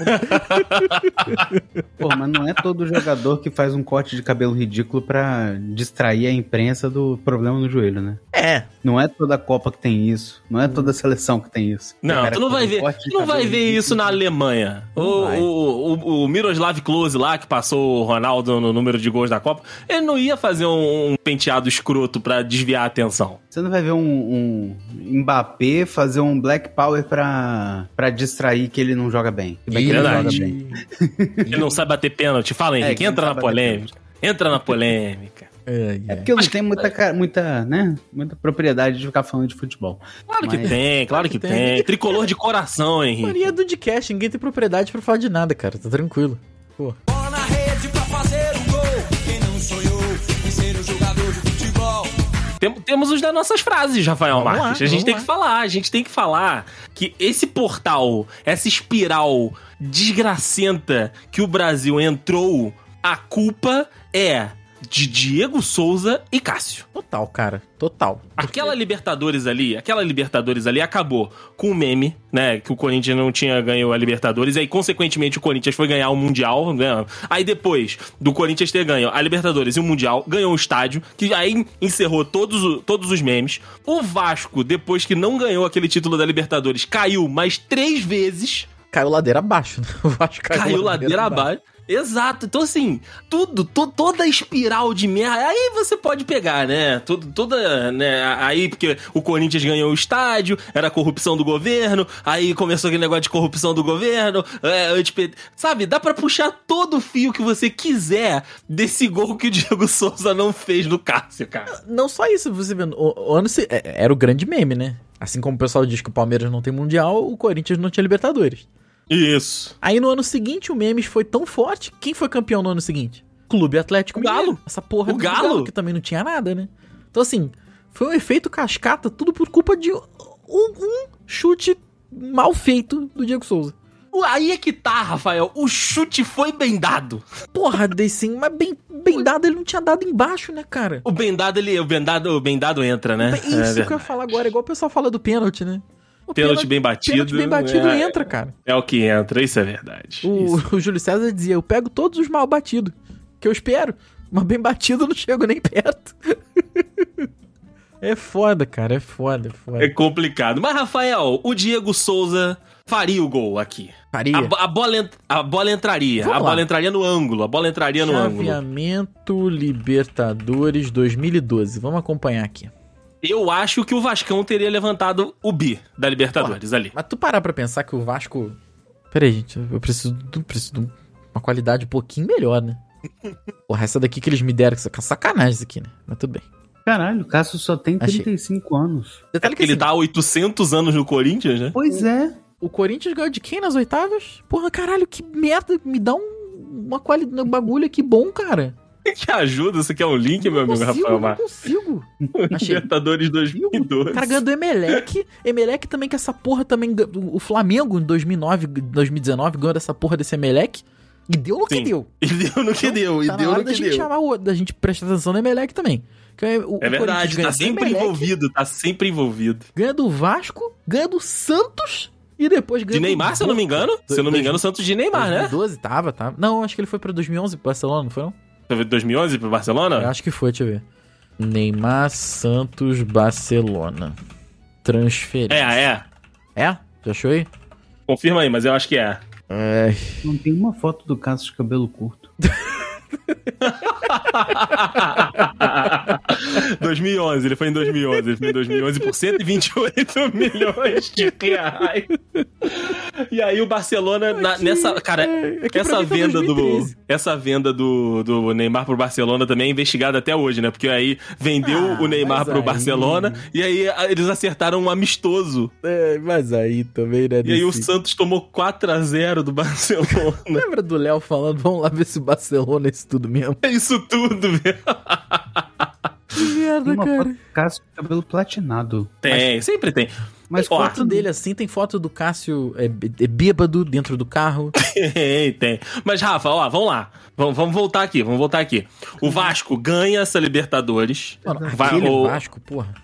D: Pô, mas não é todo jogador que faz um corte de cabelo ridículo pra distrair a imprensa do problema no joelho, né?
B: é,
D: Não é toda Copa que tem isso. Não é toda seleção que tem isso.
C: Não,
D: Cara,
C: tu não
D: com
C: vai ver,
D: corte de
C: tu não vai
D: cabelo
C: ver
D: de-
C: isso na Alemanha. O,
B: vai.
C: o, o, o Miroslav Klose lá, que passou o Ronaldo no número de gols da Copa, ele não ia fazer um, um penteado escroto pra desviar a atenção.
D: Você não vai ver um, um Mbappé fazer um Black Power pra, pra distrair que ele não joga bem. Se bem que ele
C: Verdade.
D: joga bem.
C: Ele não sabe bater pênalti. Fala, Henrique,
D: que não
C: entra na
D: sabe bater
C: polêmica. Entra na polêmica.
B: É,
D: É porque eu não tenho muita, cara- muita, né, muita propriedade de ficar falando de futebol.
C: Claro que
D: Mas-
C: tem, claro é que tem. Tricolor de coração, Henrique.
B: Mania do de cash, ninguém tem propriedade pra falar de nada, cara. Tá tranquilo. Pô.
E: Bola na rede pra fazer um gol. Quem não sonhou em ser um jogador de futebol?
C: Tem- temos os das nossas frases, Rafael
B: Vamos
C: Marques.
B: lá,
C: a gente
B: vamos
C: tem
B: lá.
C: que falar, a gente tem que falar que esse portal, essa espiral desgracenta que o Brasil entrou, a culpa é de Diego Souza e Cássio.
B: Total, cara. Total.
C: Aquela Libertadores ali, aquela Libertadores ali acabou com o meme, né? Que o Corinthians não tinha ganho a Libertadores, e aí, consequentemente, o Corinthians foi ganhar o Mundial, né? Aí depois do Corinthians ter ganho a Libertadores e o Mundial, ganhou o estádio, que aí encerrou todos, o- todos os memes. O Vasco, depois que não ganhou aquele título da Libertadores, caiu mais três vezes
B: Caiu ladeira abaixo, né? Eu acho que
C: caiu ladeira abaixo. Exato, então assim, tudo, to- toda a espiral de merda, aí você pode pegar, né? Tudo, toda, né? Aí, porque o Corinthians ganhou o estádio, era corrupção do governo, aí começou aquele negócio de corrupção do governo, é, antipe- sabe? Dá pra puxar todo o fio que você quiser desse gol que o Diego Souza não fez no Cássio, cara.
B: Não só isso, você vendo. O, o ano se- é- era o grande meme, né? Assim como o pessoal diz que o Palmeiras não tem Mundial, o Corinthians não tinha Libertadores.
C: Isso.
B: Aí no ano seguinte o memes foi tão forte. Quem foi campeão no ano seguinte? Clube Atlético
C: O Galo.
B: Mineiro. Essa porra
C: O
B: do
C: Galo.
B: Que também não tinha nada, né? Então assim, foi um efeito cascata, tudo por culpa de um, um chute mal feito do Diego Souza.
C: O- Aí é que tá, Rafael, o chute foi bem dado.
B: Porra, Deicin, mas bem, bem dado ele não tinha dado embaixo, né, cara?
C: O Bendado, ele, o Bendado, o Bendado entra, né?
B: Isso
C: É,
B: que eu ia falar agora, igual o pessoal fala do pênalti, né? O
C: Pênalti bem batido.
B: Pênalti bem batido
C: é,
B: entra, cara.
C: É o que entra, isso é verdade.
B: O,
C: Isso.
B: o Júlio César dizia: eu pego todos os mal batidos, que eu espero, mas bem batido eu não chego nem perto. é foda, cara, é foda, é foda.
C: É complicado. Mas, Rafael, o Diego Souza faria o gol aqui.
B: Faria.
C: A, bo- a bola, ent- a bola entraria.
B: Vamos
C: a
B: lá.
C: bola entraria no ângulo. A bola entraria no ângulo.
B: Chaveamento Libertadores 2012. Vamos acompanhar aqui.
C: Eu acho que o Vascão teria levantado o bi da Libertadores ali.
B: Mas tu parar pra pensar que o Vasco. Peraí, gente, eu preciso, do- preciso de um- uma qualidade um pouquinho melhor, né? Porra, essa daqui que eles me deram, que é sacanagem isso aqui, né? Mas tudo bem.
D: Caralho, o Cássio só tem
B: Achei.
D: 35 anos.
B: Detalhe
C: Porque ele
B: assim,
C: tá há 800 anos no Corinthians, né?
D: Pois é.
B: O Corinthians ganhou de quem nas oitavas? Porra, caralho, que merda. Me dá um- uma qualidade, um bagulho aqui bom, cara.
C: Que ajuda, isso aqui é um link, meu amigo
B: consigo,
C: Rafael
B: não
C: Marques.
B: consigo. Achei.
C: Libertadores
B: O
C: 2012.
B: cara ganhou do Emelec. Emelec também, que essa porra também. gan- O Flamengo em 2009, 2019 ganhou dessa porra desse Emelec. E deu no que
C: Sim.
B: deu.
C: E deu no que deu, e
B: Tá na
C: deu
B: hora
C: no
B: da
C: que
B: gente
C: deu.
B: chamar o outro, da gente prestar atenção no Emelec também. Que o- o
C: É
B: Corinthians
C: verdade,
B: ganha
C: tá
B: do
C: sempre
B: Emelec,
C: envolvido, tá sempre envolvido.
B: Ganha do Vasco, ganha do Santos e depois ganha
C: De Neymar, se eu não me engano. né? Se eu não me engano, o Santos de Neymar, né?
B: 2012 tava, tava. Não, acho que ele foi pra 2011 pro Barcelona, não foi não?
C: Foi 2011 pro Barcelona?
B: Eu acho que foi, deixa eu ver. Neymar, Santos, Barcelona. Transferência.
C: É, é.
B: É? Já achou aí?
C: Confirma aí, mas eu acho que é.
B: É.
D: Não tem uma foto do Cássio de cabelo curto.
C: 2011, ele foi em 2011. Ele foi em 2011 por 128 milhões de reais. E aí o Barcelona, na- nessa, cara,
B: é que pra
C: essa
B: mim tá
C: venda do
B: 2013.
C: essa venda do, do Neymar pro Barcelona também é investigada até hoje, né? Porque aí vendeu
B: Ah,
C: o Neymar
B: mas
C: pro
B: aí-
C: Barcelona e aí a- eles acertaram um amistoso.
B: É, mas aí também, né?
C: E aí o
B: desse-
C: Santos tomou 4 a 0 do Barcelona.
B: Lembra do Léo falando, vamos lá ver se o Barcelona é isso tudo mesmo?
C: É isso tudo, velho.
B: Que merda,
D: Tem uma foto
B: cara.
D: do Cássio de cabelo platinado.
C: Tem, sempre tem.
D: Mas
C: Ó,
B: Foto dele assim, tem foto do Cássio é, é bêbado dentro do carro.
C: Tem, tem. Mas, Rafa, ó, vamos lá. Vamos, vamos voltar aqui, vamos voltar aqui. O Vasco ganha essa Libertadores.
B: Mano,
C: Va-
B: aquele
C: o-
B: Vasco, porra.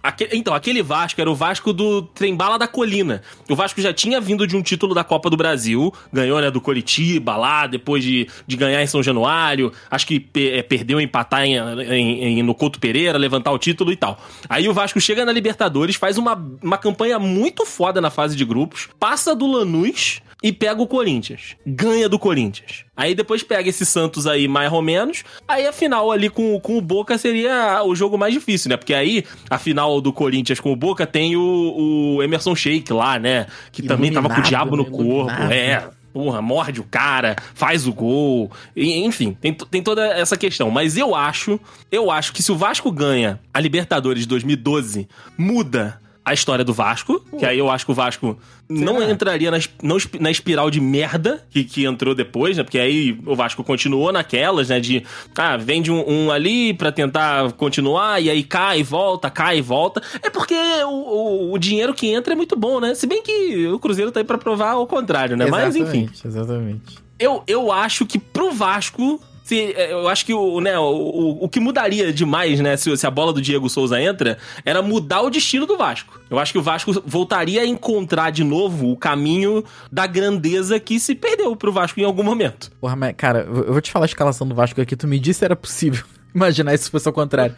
C: Aque- então, aquele Vasco era o Vasco do Trembala da Colina. O Vasco já tinha vindo de um título da Copa do Brasil, ganhou, né, do Coritiba lá, depois de, de ganhar em São Januário, acho que pe- eh, perdeu empatar em, em- em- no Couto Pereira, levantar o título e tal. Aí o Vasco chega na Libertadores, faz uma, uma campanha muito foda na fase de grupos, passa do Lanús e pega o Corinthians. Ganha do Corinthians. Aí depois pega esse Santos aí, mais ou menos. Aí a final ali com, com o Boca seria o jogo mais difícil, né? Porque aí a final do Corinthians com o Boca tem o, o Emerson Sheik lá, né? Que também tava com o diabo no
B: Iluminado, né?
C: corpo. É.
B: Iluminado.
C: Porra, morde o cara, faz o gol. E, Enfim, tem, to- tem toda essa questão. Mas eu acho, eu acho que se o Vasco ganha a Libertadores de 2012, muda a história do Vasco. Que aí eu acho que o Vasco não entraria na, es- não esp- na espiral de merda que, que entrou depois, né? Porque aí o Vasco continuou naquelas, né? De, ah, vende um, um ali pra tentar continuar, e aí cai, volta, cai, volta. É porque o, o, o dinheiro que entra é muito bom, né? Se bem que o Cruzeiro tá aí pra provar o contrário, né? Mas enfim
F: Exatamente.
C: eu, eu acho que pro Vasco. Se, eh, eu acho que o, né, o, o, o que mudaria demais, né, se, se a bola do Diego Souza entra, era mudar o destino do Vasco. Eu acho que o Vasco voltaria a encontrar de novo o caminho da grandeza que se perdeu pro Vasco em algum momento.
F: Porra, mas, cara, eu eu vou te falar a escalação do Vasco aqui, tu me disse se era possível.
B: Imaginar isso fosse ao contrário.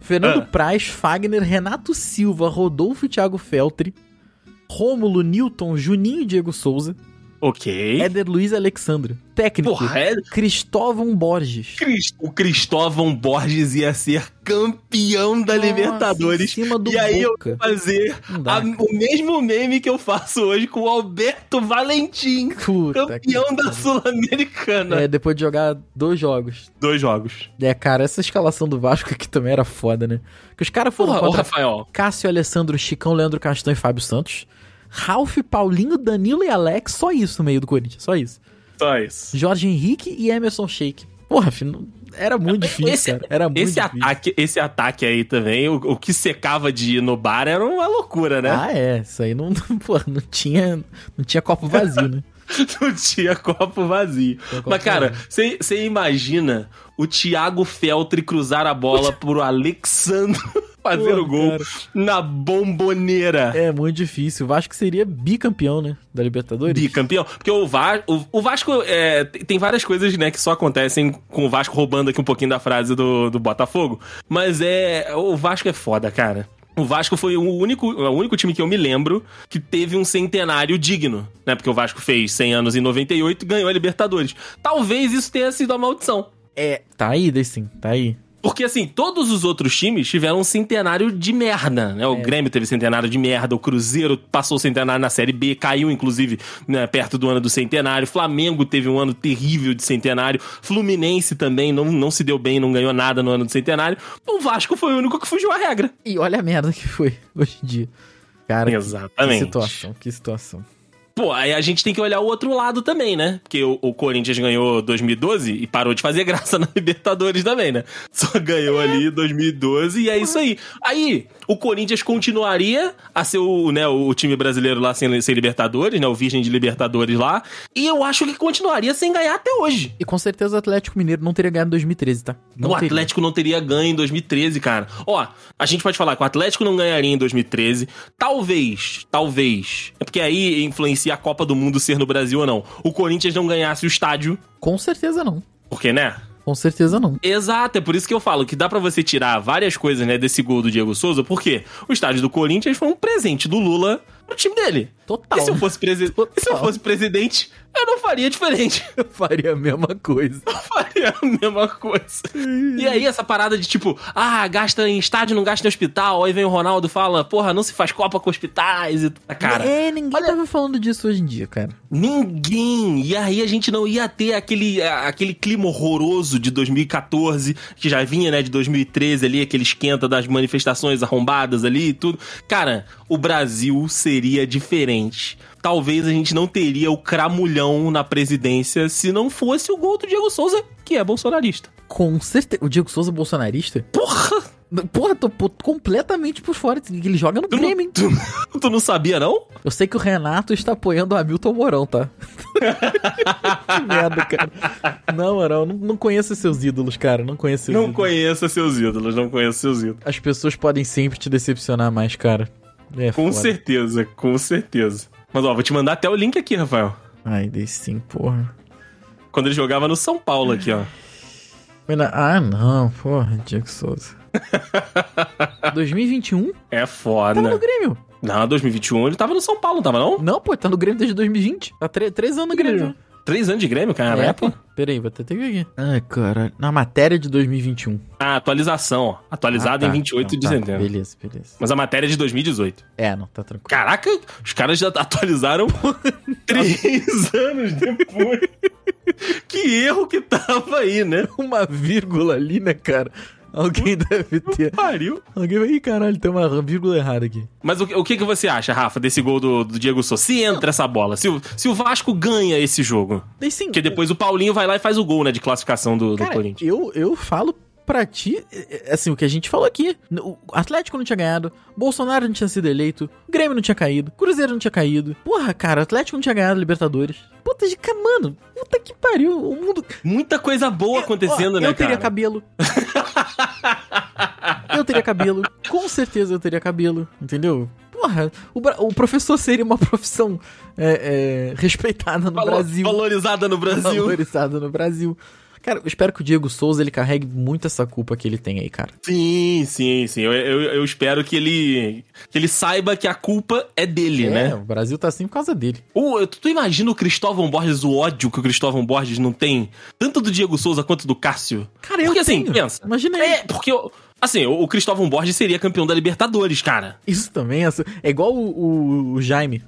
B: Fernando
C: Ah.
B: Praz, Fagner, Renato Silva, Rodolfo e Thiago Feltri, Rômulo, Newton, Juninho e Diego Souza,
C: Ok.
B: Éder Luiz e Alexandre. Técnico,
C: É Porra, é,
B: Cristóvão Borges.
C: Cris- o Cristóvão Borges ia ser campeão da
B: Nossa,
C: Libertadores.
B: em cima do
C: e aí
B: Boca.
C: eu ia fazer
B: Não dá.
C: a- o mesmo meme que eu faço hoje com o Alberto Valentim.
B: Puta
C: campeão
B: que-
C: da Sul-Americana.
B: É, depois de jogar dois jogos.
C: Dois jogos.
B: É, cara, essa escalação do Vasco aqui também era foda, né? Que os caras foram
C: Porra, ô,
B: contra
C: Rafael.
B: Cássio, Alessandro, Chicão, Leandro Castanho e Fábio Santos. Ralf, Paulinho, Danilo e Alex, só isso no meio do Corinthians, só isso.
C: Só isso.
B: Jorge Henrique e Emerson Sheik. Porra, filho, era muito difícil,
C: Esse-
B: cara. Era muito
C: Esse
B: difícil.
C: ataque, esse ataque aí também, o, o que secava de ir no bar era uma loucura, né?
B: Ah, é, isso aí não, não- pô, não tinha, não tinha copo vazio, né?
C: Não tinha copo vazio.
B: copo
C: Mas, cara, você você imagina o Thiago Feltri cruzar a bola pro Alexandre fazer
B: Pô,
C: o gol
B: cara.
C: na bomboneira.
B: É muito difícil. O Vasco seria bicampeão, né? Da Libertadores.
C: Bicampeão. Porque o, Va o, o Vasco é, tem tem várias coisas, né, que só acontecem com o Vasco roubando aqui um pouquinho da frase do, do Botafogo. Mas é. O Vasco é foda, cara. O Vasco foi o único, é o único time que eu me lembro que teve um centenário digno, né? Porque o Vasco fez 100 anos em 98 e ganhou a Libertadores. Talvez isso tenha sido a maldição.
B: Tá aí, daí sim, tá aí.
C: Porque, assim, todos os outros times tiveram um centenário de merda, né? O Grêmio teve centenário de merda, o Cruzeiro passou o centenário na Série B, caiu, inclusive, né, perto do ano do centenário. Flamengo teve um ano terrível de centenário. Fluminense também não, não se deu bem, não ganhou nada no ano do centenário. O Vasco foi o único que fugiu à regra.
B: E olha a merda que foi hoje em dia. Cara, que- que
C: Exatamente.
B: situação, que situação.
C: Pô, aí a gente tem que olhar o outro lado também, né? Porque o, o Corinthians ganhou 2012 e parou de fazer graça na Libertadores também, né? Só ganhou ali 2012 e é isso aí. Aí, o Corinthians continuaria a ser o, né, o time brasileiro lá sem, sem Libertadores, né? O Virgem de Libertadores lá. E eu acho que continuaria sem ganhar até hoje.
B: E com certeza o Atlético Mineiro não teria ganhado em 2013, tá? Não
C: o
B: teria.
C: Atlético não teria ganho em 2013, cara. Ó, a gente pode falar que o Atlético não ganharia em 2013. Talvez, talvez. É porque aí influencia a Copa do Mundo ser no Brasil ou não. O Corinthians não ganhasse o estádio.
B: Com certeza não.
C: Porque, né?
B: Com certeza não.
C: Exato, é por isso que eu falo que dá pra você tirar várias coisas, né, desse gol do Diego Souza, porque o estádio do Corinthians foi um presente do Lula pro time dele.
B: Total.
C: E se eu fosse, presi-
B: Total.
C: e se eu fosse presidente, eu não faria diferente.
B: eu faria a mesma coisa.
C: faria a mesma coisa. E aí, essa parada de tipo, ah, gasta em estádio, não gasta em hospital. Aí vem o Ronaldo e fala, porra, não se faz Copa com hospitais e. t- Cara,
B: é, ninguém
C: olha-
B: tava falando disso hoje em dia, cara.
C: ninguém. E aí a gente não ia ter aquele, a- aquele clima horroroso de 2014, que já vinha, né, de 2013 ali, aquele esquenta das manifestações arrombadas ali e tudo. Cara, o Brasil seria diferente. Talvez a gente não teria o cramulhão na presidência se não fosse o gol do Diego Souza, que é bolsonarista.
B: Com certeza. O Diego Souza bolsonarista?
C: Porra!
B: Porra, tô, pô, completamente por fora. Ele joga no
C: Tu não-
B: Grêmio, hein?
C: Tu não sabia, não?
B: Eu sei que o Renato está apoiando o Hamilton Mourão, tá? que merda, cara. Não, Mourão, não, não conheço seus ídolos, cara. Não conheço seus
C: Não
B: ídolos.
C: conheça seus ídolos, não conheça seus ídolos.
B: As pessoas podem sempre te decepcionar mais, cara. É
C: Com
B: foda.
C: certeza, com certeza. Mas ó, vou te mandar até o link aqui, Rafael.
B: Ai, dei sim, porra.
C: Quando ele jogava no São Paulo aqui, ó.
B: Mena- Ah, não, porra, Diego Souza. 2021? Tava
C: É
B: um? Tá no
C: foda.
B: Grêmio.
C: Não, 2021 ele tava no São Paulo, não tava não?
B: Não, pô, tá no Grêmio desde 2020. Tá tre- três anos no Grêmio.
C: Três anos de Grêmio, cara.
B: É, pô. Peraí, vou até ter que ver aqui. Ai, caralho. Na matéria de 2021.
C: Ah, atualização, ó. Atualizada
B: Ah, tá.
C: em 28
B: Então,
C: de
B: tá.
C: setembro.
B: Beleza, beleza.
C: Mas a matéria é de 2018.
B: É, não, tá tranquilo.
C: Caraca, os caras já atualizaram três anos depois. que erro que tava aí, né?
B: uma vírgula ali, né, cara? Alguém deve ter.
C: Pariu.
B: Alguém vai. Ih, caralho, tem uma vírgula errada aqui.
C: Mas o, que- o que, que você acha, Rafa, desse gol do, do Diego Souza? Se entra essa bola, se o, se o Vasco ganha esse jogo.
B: E sim, é,
C: Porque depois o Paulinho vai lá e faz o gol, né, de classificação do, do
B: cara,
C: Corinthians.
B: eu, eu falo pra ti, é, é, assim, o que a gente falou aqui. O Atlético não tinha ganhado, Bolsonaro não tinha sido eleito, o Grêmio não tinha caído, Cruzeiro não tinha caído. Porra, cara, o Atlético não tinha ganhado Libertadores. Puta de cara, mano, puta que pariu, o mundo...
C: Muita coisa boa acontecendo,
B: Ó,
C: né,
B: Eu teria
C: cara?
B: cabelo. eu teria cabelo. Com certeza eu teria cabelo, entendeu? Porra, o, bra- o professor seria uma profissão é, é, respeitada no
C: Valo-
B: Brasil,
C: Valorizada no Brasil.
B: valorizada no Brasil. Cara, eu espero que o Diego Souza ele carregue muito essa culpa que ele tem aí, cara.
C: Sim, sim, sim. Eu, eu, eu espero que ele, que ele saiba que a culpa é dele,
B: É,
C: né?
B: o Brasil tá assim por causa dele.
C: Ou, tu, tu imagina o Cristóvão Borges, o ódio que o Cristóvão Borges não tem? Tanto do Diego Souza quanto do Cássio.
B: Cara, eu
C: Porque, assim,
B: tenho.
C: pensa.
B: Imagina aí.
C: É, porque, eu- assim, o o Cristóvão Borges seria campeão da Libertadores, cara.
B: Isso também é, é igual o, o- o Jaime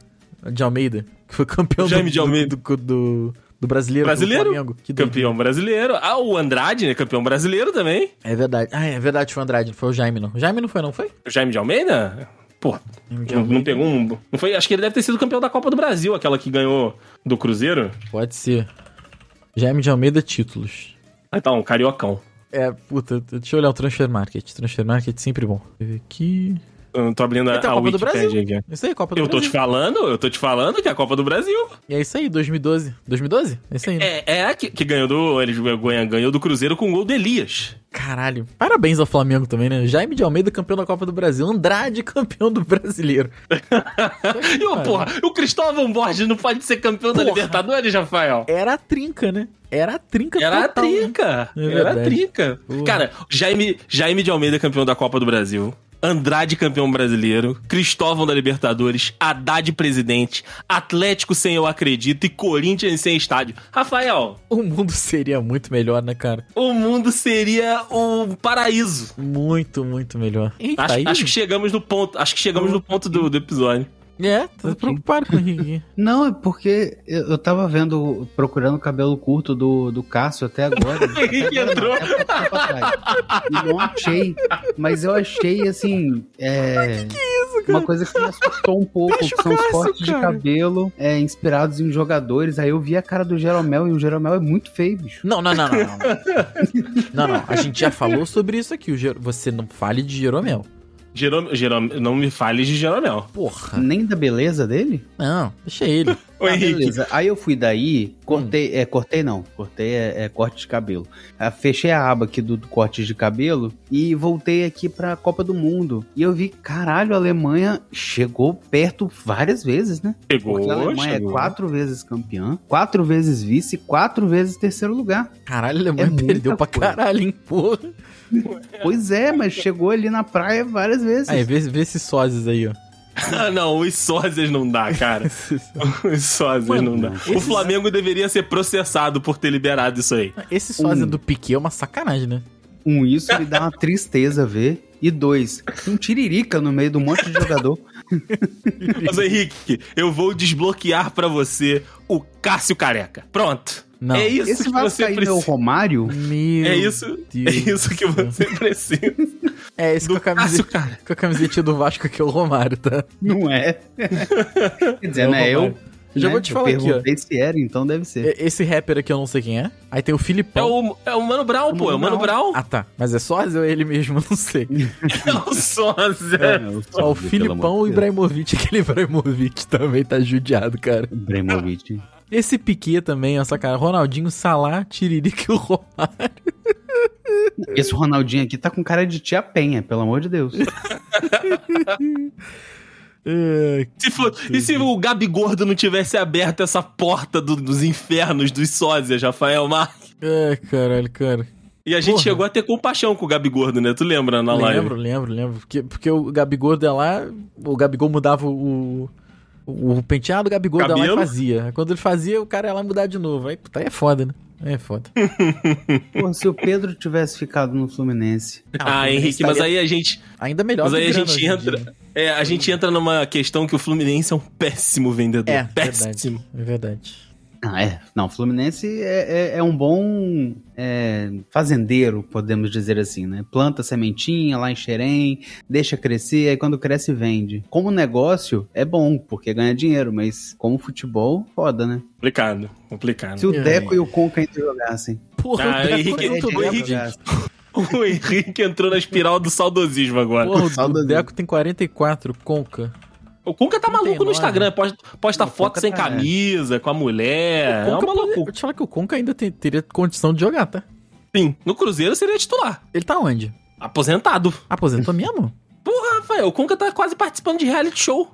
B: de Almeida, que foi campeão
C: Jaime
B: do,
C: de
B: do,
C: Almeida.
B: do, do- do brasileiro. pelo
C: Brasileiro?
B: Flamengo. Que doido.
C: Campeão brasileiro. Ah, o Andrade, né? Campeão brasileiro também.
B: É verdade. Ah, é verdade, foi o Andrade, não foi o Jaime, não. O Jaime não foi, não foi?
C: O Jaime de Almeida? Pô, não, não pegou um. Não foi, acho que ele deve ter sido campeão da Copa do Brasil, aquela que ganhou do Cruzeiro.
B: Pode ser. Jaime de Almeida, títulos.
C: Ah, tá, um cariocão.
B: É, puta, deixa eu olhar o Transfer Market. Transfer Market sempre bom. Deixa eu ver aqui.
C: Eu não tô abrindo a,
B: Então,
C: a
B: Copa do
C: Wikipédia
B: Brasil.
C: aqui.
B: Isso aí, Copa do
C: Eu tô
B: Brasil.
C: te falando, eu tô te falando que é a Copa do Brasil.
B: E é isso aí, 2012. 2012? É isso aí, né?
C: É, é a que, que ganhou do. Ele ganha- ganhou do Cruzeiro com o gol do Elias.
B: Caralho. Parabéns ao Flamengo também, né? Jaime de Almeida, campeão da Copa do Brasil. Andrade, campeão do brasileiro.
C: E, ô, porra, o Cristóvão Borges não pode ser campeão da
B: Porra.
C: Libertadores, Rafael?
B: Era a trinca, né? Era a trinca
C: Era a
B: total, né?
C: trinca.
B: É
C: era a
B: verdade.
C: trinca.
B: Porra.
C: Cara, Jaime, Jaime de Almeida, campeão da Copa do Brasil. Andrade, campeão brasileiro. Cristóvão da Libertadores. Haddad, presidente. Atlético sem Eu Acredito. E Corinthians sem estádio. Rafael,
B: O mundo seria muito melhor, né, cara?
C: o mundo seria um paraíso.
B: Muito, muito melhor. Eita,
C: Acho,
B: aí-
C: acho que chegamos no ponto. Acho que chegamos no ponto do, do episódio.
B: É, tô preocupado com o Henrique.
D: Não, é porque eu, eu tava vendo, procurando o cabelo curto do, do Cássio até agora. é
C: O Henrique entrou.
D: Até pouco tempo atrás. E não achei, mas eu achei assim. É, Uma coisa que me assustou um pouco, que são os cortes de cabelo é, inspirados em jogadores. Aí eu vi a cara do Jeromel e o Jeromel é muito feio, bicho.
B: Não, não, não, não. Não, não, não. A gente já falou sobre isso aqui. O Jer- Você não fale de Jeromel.
C: Jerome, Jerome, não me fale de Jeromel.
B: Porra.
D: Nem da beleza dele?
B: Não, deixa ele.
C: Ô,
D: Ah,
C: Henrique, Hum.
D: beleza. Aí eu fui daí, cortei, é, cortei não, cortei é, é, corte de cabelo. Ah, fechei a aba aqui do, do corte de cabelo e voltei aqui pra Copa do Mundo. E eu vi, caralho, a Alemanha chegou perto várias vezes, né?
C: chegou.
D: Porque a Alemanha
C: chegou.
D: é quatro vezes campeã, quatro vezes vice, quatro vezes terceiro lugar.
B: Caralho, a Alemanha
D: É muita
B: perdeu pra
D: coisa.
B: caralho, hein? Porra.
D: Pois é, mas chegou ali na praia várias vezes.
B: Aí, vê, vê esses sósias aí, ó.
C: Ah, não, os sósias não dá, cara. Os sósias não dá. O Flamengo deveria ser processado por ter liberado isso aí.
B: Esse sósia
D: Um.
B: do Piquet é uma sacanagem, né?
D: Um, isso me dá uma tristeza ver. E dois, um tiririca no meio do monte de jogador.
C: Mas, Henrique, eu vou desbloquear pra você o Cássio Careca. Pronto.
B: Não.
C: É isso
D: Esse
C: que você
D: Vascaíno é o
C: precisa.
D: Romário?
B: Meu
C: É isso, é
B: Deus
C: isso que
B: do céu.
C: você precisa.
B: É esse
C: do
B: com a, camiseta,
C: Cássio, cara.
B: com a camisetinha do Vasco que é o Romário, tá?
D: Não é. Quer dizer,
B: É o
D: né? Eu,
B: Romário. Já
D: né?
B: vou te falar
D: eu
B: aqui, ó.
D: perguntei se era, então deve ser.
B: E- Esse rapper aqui eu não sei quem é. Aí tem o
C: É
B: Filipão.
C: o, é o Mano Brown, pô. É o Mano Brown.
B: Ah tá, mas é sósia ou é ele mesmo? Eu Não sei.
C: É o Sósia.
D: É, eu sou,
B: Ó, o
D: pelo
B: Filipão e o
D: amor de Deus.
B: Ibrahimovic. Aquele Ibrahimovic também tá judiado, cara.
D: Ibrahimovic.
B: Esse Piquet também, essa cara. Ronaldinho, Salá, Tiririca e o Romário.
D: Esse Ronaldinho aqui tá com cara de tia Penha, pelo amor de Deus.
B: É,
C: Se for- e se o Gabi Gordo não tivesse aberto essa porta do- dos infernos dos sósias, Rafael Mar?
B: é, caralho, cara.
C: E a gente
B: Porra.
C: chegou a ter compaixão com o Gabi Gordo, né? Tu lembra na live?
B: lembro, lembro, lembro. Porque, porque o Gabigol da lá, o Gabigol mudava o. O penteado, o Gabigol da lá e
C: Cabelo?
B: fazia. Aí Quando ele fazia, o cara ia lá mudar de novo. Aí, puta, aí é foda, né? Aí é foda.
D: Pô, se o Pedro tivesse ficado no Fluminense.
C: Ah,
B: o Fluminense
C: Henrique,
B: estaria
C: mas aí a gente.
B: Ainda melhor
C: Mas
B: que o
C: aí a
B: Grana
C: gente
B: hoje em
C: entra.
B: dia, né?
C: É, a gente entra numa questão que o Fluminense é um péssimo vendedor.
B: É,
C: péssimo.
B: verdade. É verdade.
D: Ah, é. Não, o Fluminense é, é- é um bom é, fazendeiro, podemos dizer assim, né? Planta sementinha lá em Xerém, deixa crescer, aí quando cresce, vende. Como negócio, é bom, porque ganha dinheiro, mas como futebol, foda, né?
C: Complicado, complicado.
D: Se o
B: É.
D: Deco e o Conca ainda jogassem.
B: Porra,
C: Ah,
B: o Deco
C: Henrique-
B: é muito
C: Henrique-
B: bom,
C: Henrique-
B: cara.
C: O Henrique entrou na espiral do saudosismo agora.
B: Porra, o
D: Saudade.
B: Deco tem 44, Conca.
C: O Conca tá
B: 39.
C: maluco no Instagram, posta, posta
D: O
C: foto
D: Conca
C: sem
D: tá-
C: camisa, com a mulher. É
B: Conca
C: uma
B: pode-
C: loucura.
B: Vou te falar que o Conca ainda tem- teria condição de jogar, tá?
C: Sim, no Cruzeiro seria titular.
B: Ele tá onde?
C: Aposentado.
B: Aposentou mesmo?
C: Porra, Rafael, o Conca tá quase participando de reality show.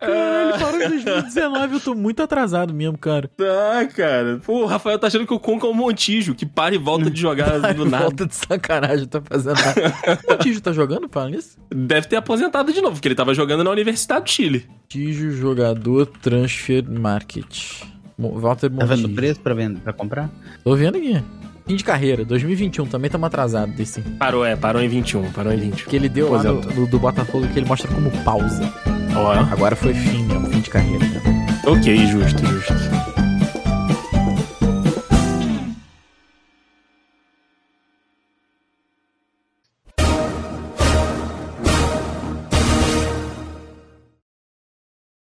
B: Caralho, parou em 2019, eu tô muito atrasado mesmo, cara.
C: Tá, cara. Pô, o Rafael tá achando que o Conca é um Montijo, que para e volta de jogar do nada.
B: Volta de sacanagem, tá fazendo nada. o Tijo tá jogando, fala nisso?
C: Deve ter aposentado de novo, porque ele tava jogando na Universidade do Chile.
B: Tijo, jogador, transfer, market. Mo- Walter
D: Tá vendo
B: Montijo.
D: o preço pra, vender, pra comprar?
B: Tô vendo aqui. Fim de carreira, 2021, também tamo atrasado desse.
C: Parou, é, parou em 21, parou em um. 20.
B: Que ele deu lá no,
D: Aposentou.
B: do, do Botafogo, que ele mostra como pausa.
C: Ó,
B: Agora foi fim mesmo, fim de carreira.
C: ok, justo, justo.